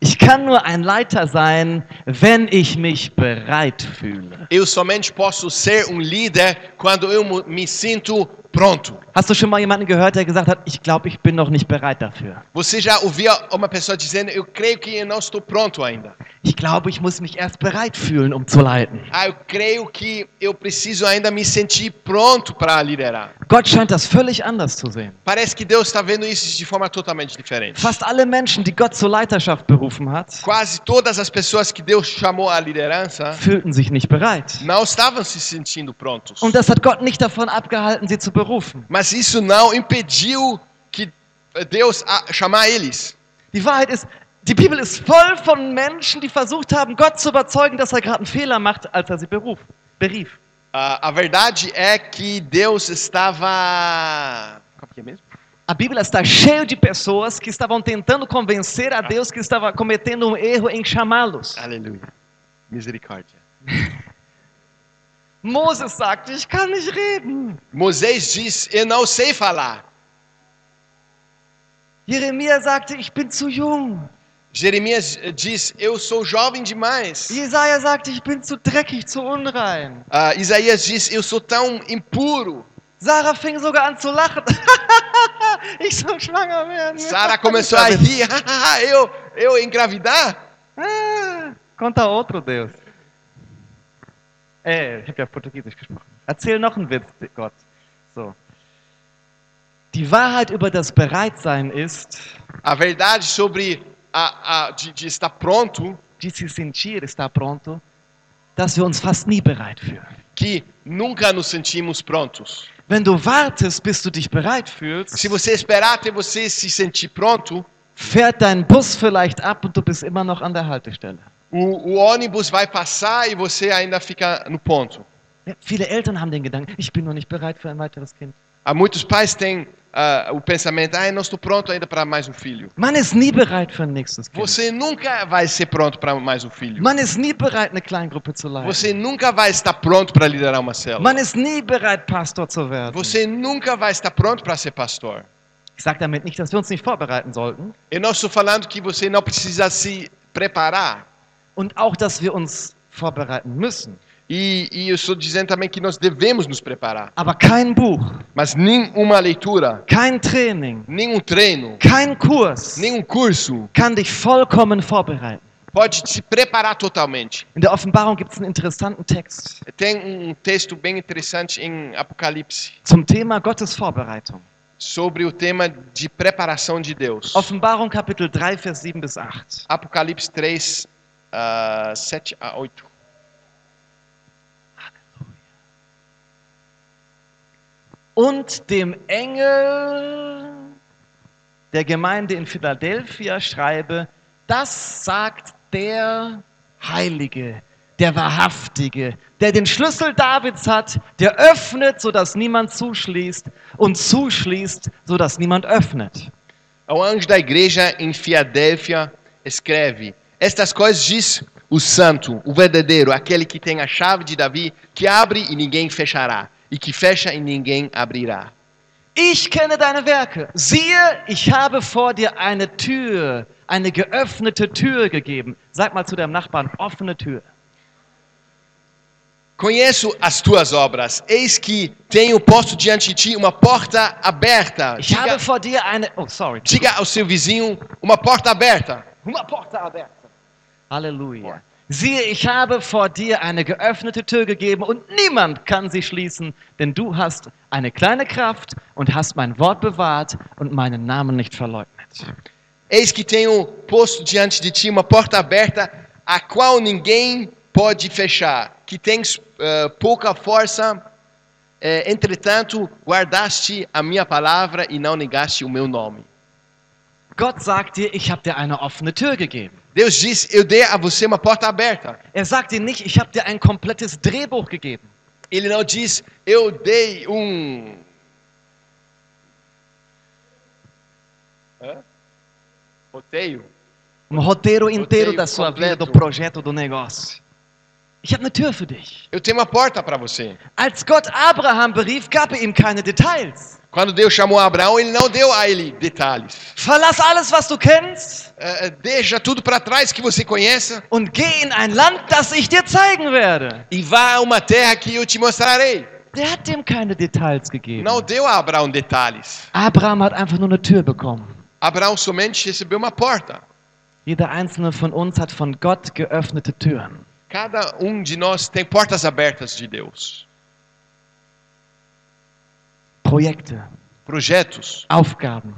Ich kann nur ein Leiter sein, wenn ich mich bereit fühle.
Eu somente posso ser um líder quando eu mo- me sinto pronto.
Hast du schon mal jemanden gehört, der gesagt hat, ich glaube, ich bin noch nicht bereit dafür.
Você já ouvia uma pessoa dizendo: Eu creio que eu não estou pronto ainda.
Ich glaube, ich muss mich erst bereit fühlen, um zu leiten.
Ah, eu creio que eu preciso ainda me sentir pronto para liderar.
Gott scheint das völlig anders zu sehen.
Parece que Deus está vendo isso de forma totalmente diferente.
Fast alle Menschen, die Gott zur Leiterschaft berufen hat,
Quase todas as pessoas que Deus chamou à liderança
fühlten sich nicht bereit.
não estavam se sentindo prontos.
Und das hat Gott nicht davon abgehalten, sie zu berufen.
Mas isso não impediu que Deus a chamar eles.
Die Wahrheit ist, die Bibel ist voll von Menschen, die versucht haben, Gott zu überzeugen, dass er gerade einen Fehler macht, als er sie beruf, berief.
Ah, a verdade é que Deus estava. Como que é mesmo?
A Bíblia está cheia de pessoas que estavam tentando convencer a Deus que estava cometendo um erro em chamá-los.
Aleluia. Misericórdia.
Moses sagte, ich kann nicht reden.
Moisés diz: Eu não sei falar.
Jeremia sagte, ich bin zu jung.
Jeremias eh, diz: Eu sou jovem demais.
Jesaja sagte, ich bin zu dreckig, zu unrein.
Ah, Isaías diz: Eu sou tão impuro.
Sarah fing sogar an zu lachen. <laughs> ich soll schwanger werden.
Sara começou a rir: <laughs> eu, eu engravidar?
Ah, Conta outro, Deus. Ey, ich habe ja Portugiesisch gesprochen. Erzähl noch einen Witz, Gott. So. Die Wahrheit über das Bereitsein ist,
A verdade sobre a, a, de, de estar pronto,
de se sentir está pronto, dass wir uns fast nie bereit fühlen.
que nunca nos sentimos prontos.
Wenn du wartest, bis du dich bereit fühlst,
Se você esperar até você se sentir pronto,
fährt dein Bus vielleicht ab und du bist immer noch an der Haltestelle.
o, o ônibus vai passar e você ainda fica no ponto.
Ja, viele Eltern haben den Gedanken, ich bin noch nicht bereit für ein weiteres Kind.
Há muitos pais têm ah, o pensamento: ah, eu não estou pronto ainda para mais um filho.
Man ist nie bereit für ein nächstes Kind.
Você nunca vai ser pronto para mais um filho.
Man ist nie bereit, eine Kleingruppe zu leiten.
Você nunca vai estar pronto para liderar uma célula.
Man ist nie bereit, Pastor zu werden.
Você nunca vai estar pronto para ser pastor.
Ich sage damit nicht, dass wir uns nicht vorbereiten sollten
Eu não estou falando que você não precisa se preparar.
und auch, dass wir uns vorbereiten müssen.
E, e eu estou dizendo também que nós devemos nos preparar.
Aber kein Buch,
Mas nenhuma leitura,
kein Training,
nenhum treino,
kein Kurs
nenhum curso
kann dich vollkommen vorbereiten.
pode te preparar totalmente.
In der Offenbarung gibt es einen interessanten Text
Tem um texto bem interessante em Apocalipse
zum Thema Gottes Vorbereitung.
sobre o tema de preparação de Deus.
Offenbarung Kapitel 3, Vers 7 bis 8.
Apocalipse 3, ah, 7 a 8.
Und dem Engel der Gemeinde in Philadelphia schreibe, das sagt der Heilige, der Wahrhaftige, der den Schlüssel Davids hat, der öffnet, sodass niemand zuschließt und zuschließt, sodass niemand öffnet.
Ao anjo da igreja em Filadélfia, escreve: Estas coisas diz o santo, o verdadeiro, aquele que tem a chave de Davi, que abre e ninguém fechará, e que fecha e ninguém abrirá.
Ich kenne deine Werke. Siehe, ich habe vor dir eine Tür, eine geöffnete Tür gegeben. Sag mal zu deinem Nachbarn, offene Tür.
Conheço as tuas obras, eis que tenho posto diante de ti uma porta aberta.
Ich habe
Diga,
vor dir eine. Oh, sorry.
diga ao seu vizinho: uma porta aberta.
Uma porta aberta. Halleluja. Siehe, ich habe vor dir eine geöffnete Tür gegeben und niemand kann sie schließen, denn du hast eine kleine Kraft und hast mein Wort bewahrt und meinen Namen nicht verleugnet.
Eis que tenho posto diante de ti uma porta aberta, a qual ninguém pode fechar, que tens eh, pouca força, eh, entretanto guardaste a minha palavra e não negaste o meu nome.
Gott sagt dir, ich habe dir eine offene Tür gegeben.
Deus diz: Eu dei a você uma porta aberta.
Er sagt dir nicht, ich habe dir ein komplettes Drehbuch gegeben.
Ele não diz: Eu dei um. Hã? Roteio.
Um roteiro inteiro da sua
completo.
vida, do projeto, do negócio. Ich habe eine Tür für dich.
Eu tenho uma porta para você.
Als Gott Abraham berief, gab er ihm keine Details.
Quando Deus chamou Abraão, ele não deu a ele detalhes.
Verlass alles, was du kennst
É, é, deixa tudo para trás que você conheça
und geh in ein Land, das ich dir zeigen werde.
e vá a uma terra que eu te mostrarei.
Der hat dem keine Details gegeben.
Não deu a Abraão detalhes.
Abraham hat einfach nur eine Tür bekommen.
Abraão somente recebeu uma porta.
Jeder einzelne von uns hat von Gott geöffnete Türen.
Cada um de nós tem portas abertas de Deus,
Projekte,
projetos,
Aufgaben,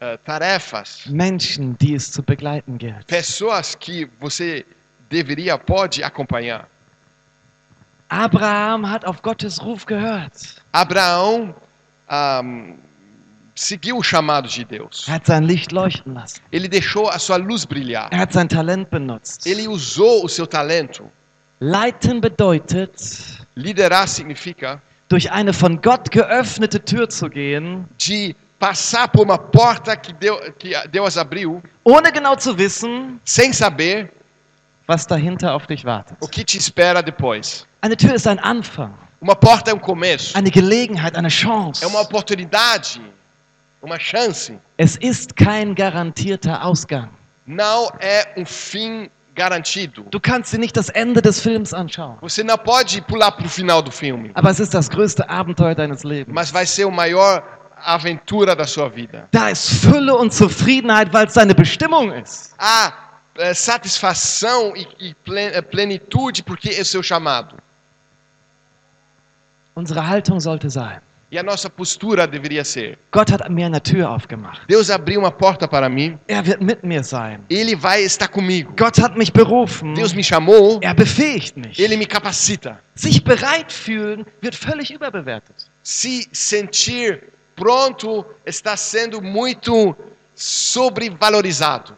eh, tarefas,
Menschen, die es zu begleiten gilt.
pessoas que você deveria, pode acompanhar.
Abraham hat auf Gottes Ruf gehört,
Abraão ahm, seguiu o chamado de Deus.
Er hat sein Licht leuchten lassen,
Ele deixou a sua luz brilhar.
er hat sein Talent benutzt.
Ele usou o seu talento.
Leiten bedeutet,
Liderar significa
durch eine von Gott geöffnete Tür zu gehen,
de passar por uma porta que, deu, que Deus abriu,
ohne genau zu wissen,
sem saber
was dahinter auf dich wartet.
o que te espera depois.
Eine Tür ist ein Anfang,
Uma porta é um começo,
eine Gelegenheit, eine Chance.
é uma oportunidade, uma chance.
Es ist kein garantierter Ausgang.
Não é um fim garantido.
Du kannst dir nicht das Ende des Films anschauen,
Você não pode pular para o final do filme,
aber es ist das größte Abenteuer deines Lebens.
mas vai ser o maior aventura da sua vida.
Da ist Fülle und Zufriedenheit, weil es deine Bestimmung ist.
Há eh, satisfação e, e plen- eh, plenitude porque é o seu chamado.
Unsere Haltung sollte sein.
E a nossa postura deveria ser:
Gott hat mir eine Tür aufgemacht.
Deus abriu uma porta para mim,
Er wird mit mir sein.
Ele vai estar comigo.
Gott hat mich berufen.
Deus me chamou,
Er befähigt mich.
ele me capacita.
Sich bereit fühlen wird völlig überbewertet.
Se sentir pronto está sendo muito sobrevalorizado.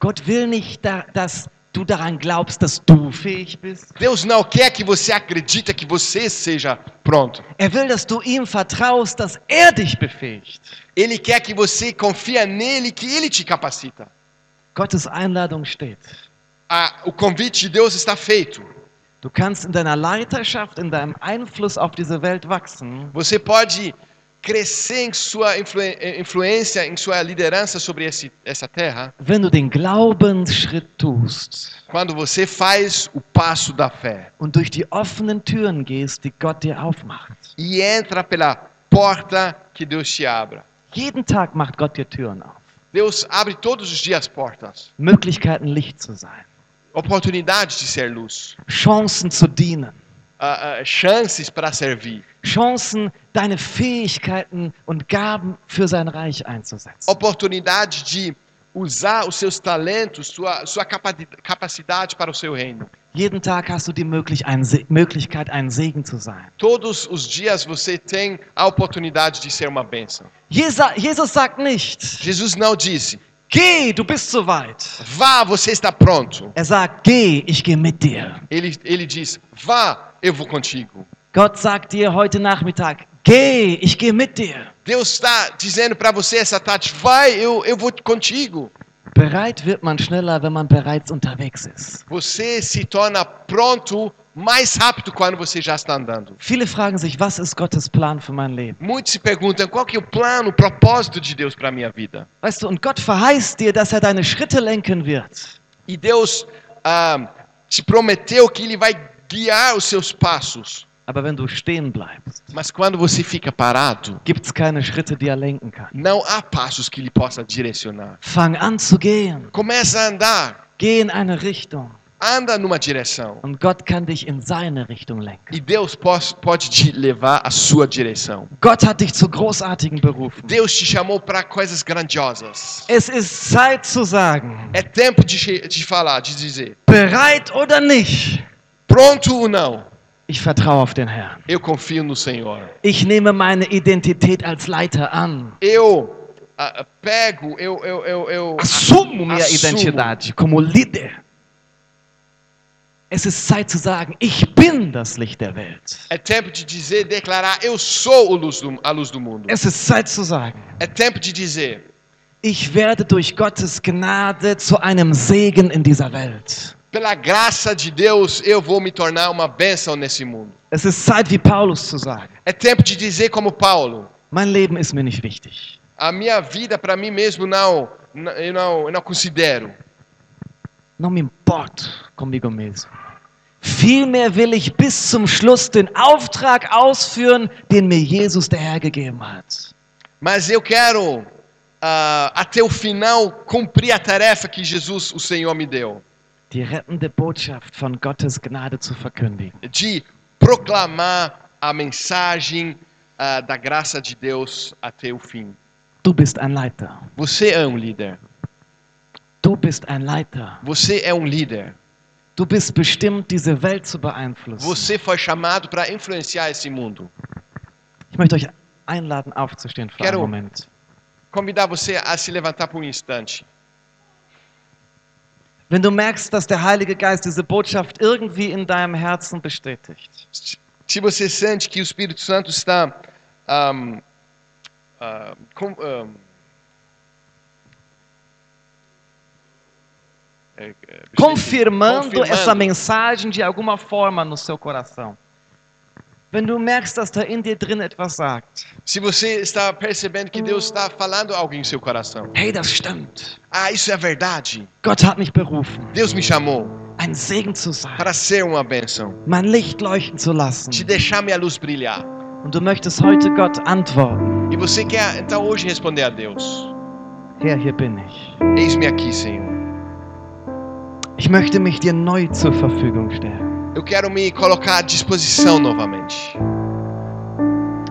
Gott will nicht, da, dass du daran glaubst, dass du fähig bist.
Deus não quer que você acredite que você seja pronto.
Er will, dass du ihm vertraust, dass er dich befähigt.
Ele quer que você confia nele, que ele te capacita.
Gottes Einladung steht.
A- o convite de Deus está feito.
Du kannst in deiner Leiterschaft, in deinem Einfluss auf diese Welt wachsen,
Você pode crescer em sua influen- eh, influência, em sua liderança sobre esse- essa terra,
wenn du den Glaubensschritt tust
quando você faz o passo da fé
und durch die offenen Türen gehst, die Gott dir aufmacht.
e entra pela porta que Deus te abra.
Jeden Tag macht Gott dir Türen auf.
Deus abre todos os dias portas,
Möglichkeiten, Licht zu sein.
oportunidades de ser luz,
Chancen zu dienen.
ah, ah, chances para servir,
Chancen, deine Fähigkeiten und Gaben für sein Reich einzusetzen.
oportunidade de usar os seus talentos, sua, sua capadi- capacidade para o seu reino.
Jeden Tag hast du die möglich ein Se Möglichkeit, ein Segen zu sein.
Todos os dias você tem a oportunidade de ser uma bênção.
Jesa Jesus sagt nicht,
Jesus não disse,
geh, du bist so weit.
vá, você está pronto.
Er sagt, geh, ich gehe mit dir.
Ele, ele diz, vá, eu vou contigo.
Gott sagt dir heute Nachmittag, geh, ich gehe mit dir.
Deus está dizendo para você essa tarde, vai, eu, eu vou contigo.
Bereit wird man schneller, wenn man bereits unterwegs ist.
Você se torna pronto mais rápido quando você já está andando.
Viele fragen sich, was ist Gottes Plan für mein Leben?
Muitos se perguntam qual que é o plano, o propósito de Deus para a minha vida.
Weißt du, und Gott verheißt dir, dass er deine Schritte lenken wird.
E Deus ah, te prometeu que Ele vai guiar os seus passos.
Aber wenn du stehen bleibst,
Mas quando você fica parado,
gibt es keine Schritte, die er lenken kann.
não há passos que Ele possa direcionar.
Fang an zu gehen.
Começa a andar,
Geh in eine Richtung.
anda numa direção.
Und Gott kann dich in seine Richtung lenken.
E Deus pos- pode te levar à sua direção.
Gott hat dich zu großartigen berufen.
Deus te chamou para coisas grandiosas.
Es ist Zeit zu sagen,
É tempo de, che- de falar, de dizer:
bereit oder nicht,
pronto ou não?
Ich vertraue auf den Herrn.
Eu confio no Senhor.
Ich nehme meine Identität als Leiter an.
Eu ah, pego, eu, eu, eu, eu
Assumo minha
Assumo.
Identidade como Líder. Es ist Zeit zu sagen, ich bin das Licht der Welt.
É tempo de dizer, declarar: Eu sou o luz do- a luz do mundo.
Es ist Zeit zu sagen,
É tempo de dizer:
ich werde durch Gottes Gnade zu einem Segen in dieser Welt.
Pela graça de Deus, eu vou me tornar uma bênção nesse mundo.
Es ist Zeit, wie Paulus zu sagen,
É tempo de dizer, como Paulo:
mein Leben ist mir nicht wichtig.
A minha vida para mim mesmo não, n- eu não, eu não considero.
No me importa comigo mesmo. Vielmehr will ich bis zum Schluss den Auftrag ausführen, den mir Jesus der Herr gegeben hat.
Mas eu quero, ah, até o final, cumprir a tarefa que Jesus, o Senhor, me deu.
Die rettende Botschaft von Gottes Gnade zu verkündigen.
De proclamar a mensagem ah, da graça de Deus até o fim.
Du bist ein Leiter.
Você é um líder.
Du bist ein Leiter.
Você é um líder.
Du bist bestimmt, diese Welt zu beeinflussen.
Você foi chamado para influenciar esse mundo.
Ich möchte euch einladen, aufzustehen für einen
Quero-
Moment.
Convidar você a se levantar por um instante.
Wenn du merkst, dass der Heilige Geist diese Botschaft irgendwie in deinem Herzen bestätigt,
Se você sente que o Espírito Santo está ahm, ah, com- ahm, é, é,
confirmando essa
confirmando.
mensagem de alguma forma no seu coração. Wenn du merkst, dass da in dir drin etwas sagt,
Se você está percebendo que Deus está falando algo em seu coração.
hey, das stimmt.
Ah, isso é verdade.
Gott hat mich berufen,
Deus me chamou
ein Segen zu sein,
para ser uma bênção,
mein Licht leuchten zu lassen.
de deixar minha luz brilhar.
Und du möchtest heute Gott antworten,
E você quer então hoje responder a Deus:
Herr, hier bin ich.
Eis-me aqui, Senhor.
Ich möchte mich dir neu zur Verfügung stellen.
Eu quero me colocar à disposição novamente.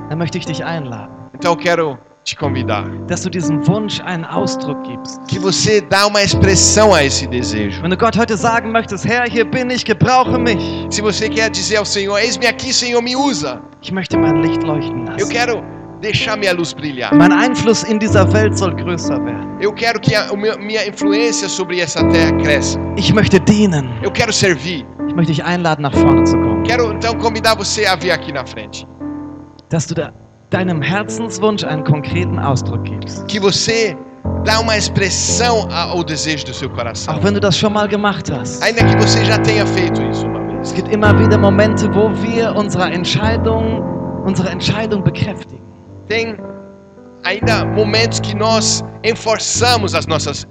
Dann möchte ich dich einladen,
Então eu quero te convidar
dass du diesem Wunsch einen Ausdruck gibst.
que você dá uma expressão a esse desejo.
Wenn du Gott heute sagen möchtest, Herr, hier bin ich, gebrauche mich.
Se você quer dizer ao Senhor: Eis-me aqui, Senhor, me usa.
Ich möchte mein Licht leuchten
Eu
lassen.
quero deixar minha luz brilhar.
Mein Einfluss in dieser Welt soll größer werden.
Eu quero que a o meu- minha influência sobre essa terra cresça.
Ich möchte dienen.
Eu quero servir.
Ich möchte dich einladen, nach vorne zu kommen.
Quero então convidar você a vir aqui na frente.
Dass du da deinem Herzenswunsch einen konkreten Ausdruck gibst.
Que você dá uma expressão a- ao desejo do seu coração.
Auch wenn du das schon mal gemacht hast.
Ainda que você já tenha feito isso uma vez.
Es gibt immer wieder Momente, wo wir unsere Entscheidung, unsere Entscheidung bekräftigen.
tem ainda momentos que nós enforçamos as nossas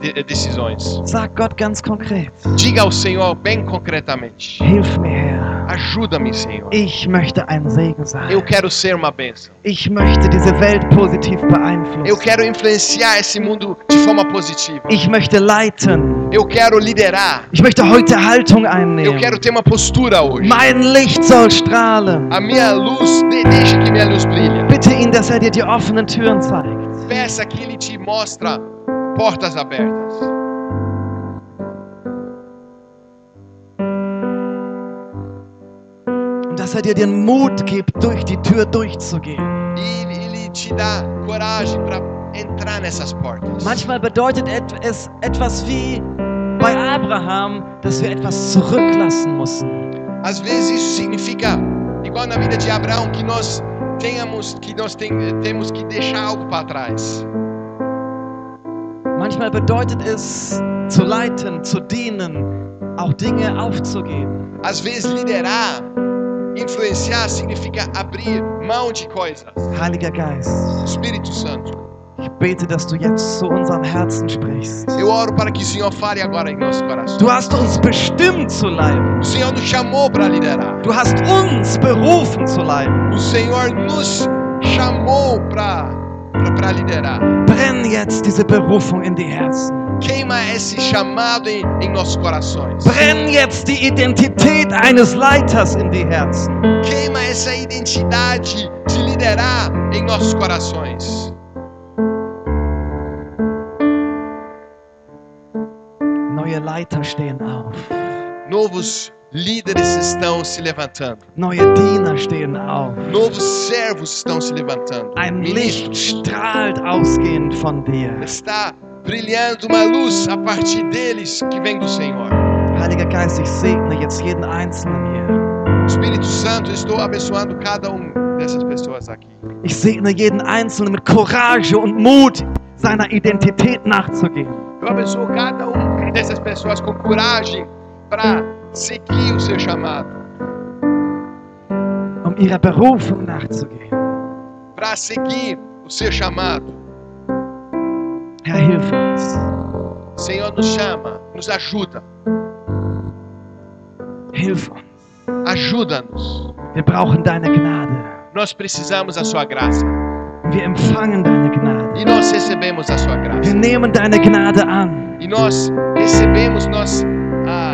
de- eh, decisões.
Sag Gott ganz konkret,
Diga ao Senhor bem concretamente:
hilf mir Herr.
Ajuda-me, Senhor.
Ich möchte ein Segen
Eu
sein.
quero ser uma bênção.
Ich möchte diese Welt positiv
Eu
beeinflussen.
quero influenciar esse mundo de forma positiva.
Ich möchte leiten.
Eu quero liderar.
Ich möchte heute Haltung
Eu
einnehmen.
quero ter uma postura hoje.
Mein Licht soll strahlen.
A minha luz, de- deixa que minha luz brilha.
Bitte ihn, dass er dir die offenen Türen zeigt.
Peça que Ele te mostra portas abertas.
Und dass er dir den Mut gibt, durch die Tür durchzugehen.
E Ele- Ele te dá coragem para entrar nessas portas.
Manchmal bedeutet et- es etwas wie bei Abraham, dass wir etwas zurücklassen müssen.
Às vezes isso significa, igual na vida de Abraão, que nós tenhamos que nós tem- temos que deixar algo para trás.
Manchmal bedeutet es zu leiten, zu dienen, auch Dinge aufzugeben.
Às vezes liderar, influenciar significa abrir mão de coisas.
Heiliger Geist,
Espírito Santo,
ich bete, dass du jetzt zu unserem Herzen sprichst.
eu oro para que o Senhor fale agora em nosso coração.
Du hast uns bestimmt zu leiden.
O Senhor nos chamou para liderar.
Du hast uns berufen zu leiden.
O Senhor nos chamou para para liderar.
Brenn jetzt diese Berufung in die Herzen.
Queima esse chamado em, em nossos corações.
Brenn jetzt die Identität eines Leiters in die Herzen.
Queima essa identidade de liderar em nossos corações.
Neue Leiter stehen auf.
Novos líderes estão se levantando,
Neue Diener stehen auf.
novos servos estão se levantando.
Ein Licht
Ministros
strahlt ausgehend von dir.
está brilhando uma luz a partir deles que vem do Senhor.
Heiliger Geist, ich segne jetzt jeden Einzelnen hier.
Espírito Santo, eu estou abençoando cada um dessas pessoas aqui.
Ich segne jeden Einzelnen mit Courage und Mut, seiner Identität nachzugehen.
Eu abençoo cada um dessas pessoas com coragem para seguir o seu chamado,
um ihrer Berufung nachzugehen.
para seguir o seu chamado.
Herr, hilf uns.
O Senhor nos chama, nos ajuda,
Hilf uns.
ajuda-nos.
Wir brauchen deine Gnade.
Nós precisamos da sua graça
Wir empfangen deine Gnade.
e nós recebemos a sua
Wir
graça.
nehmen deine Gnade an.
E nós recebemos, nós ah,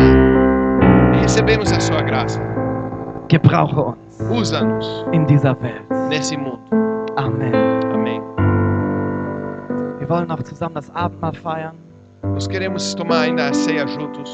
recebemos a sua graça.
Gebrauche uns
Usa-nos
in dieser Welt.
nesse mundo.
Amen.
Amém.
Wir wollen noch zusammen das Abendmahl feiern.
Nós queremos tomar ainda a ceia juntos.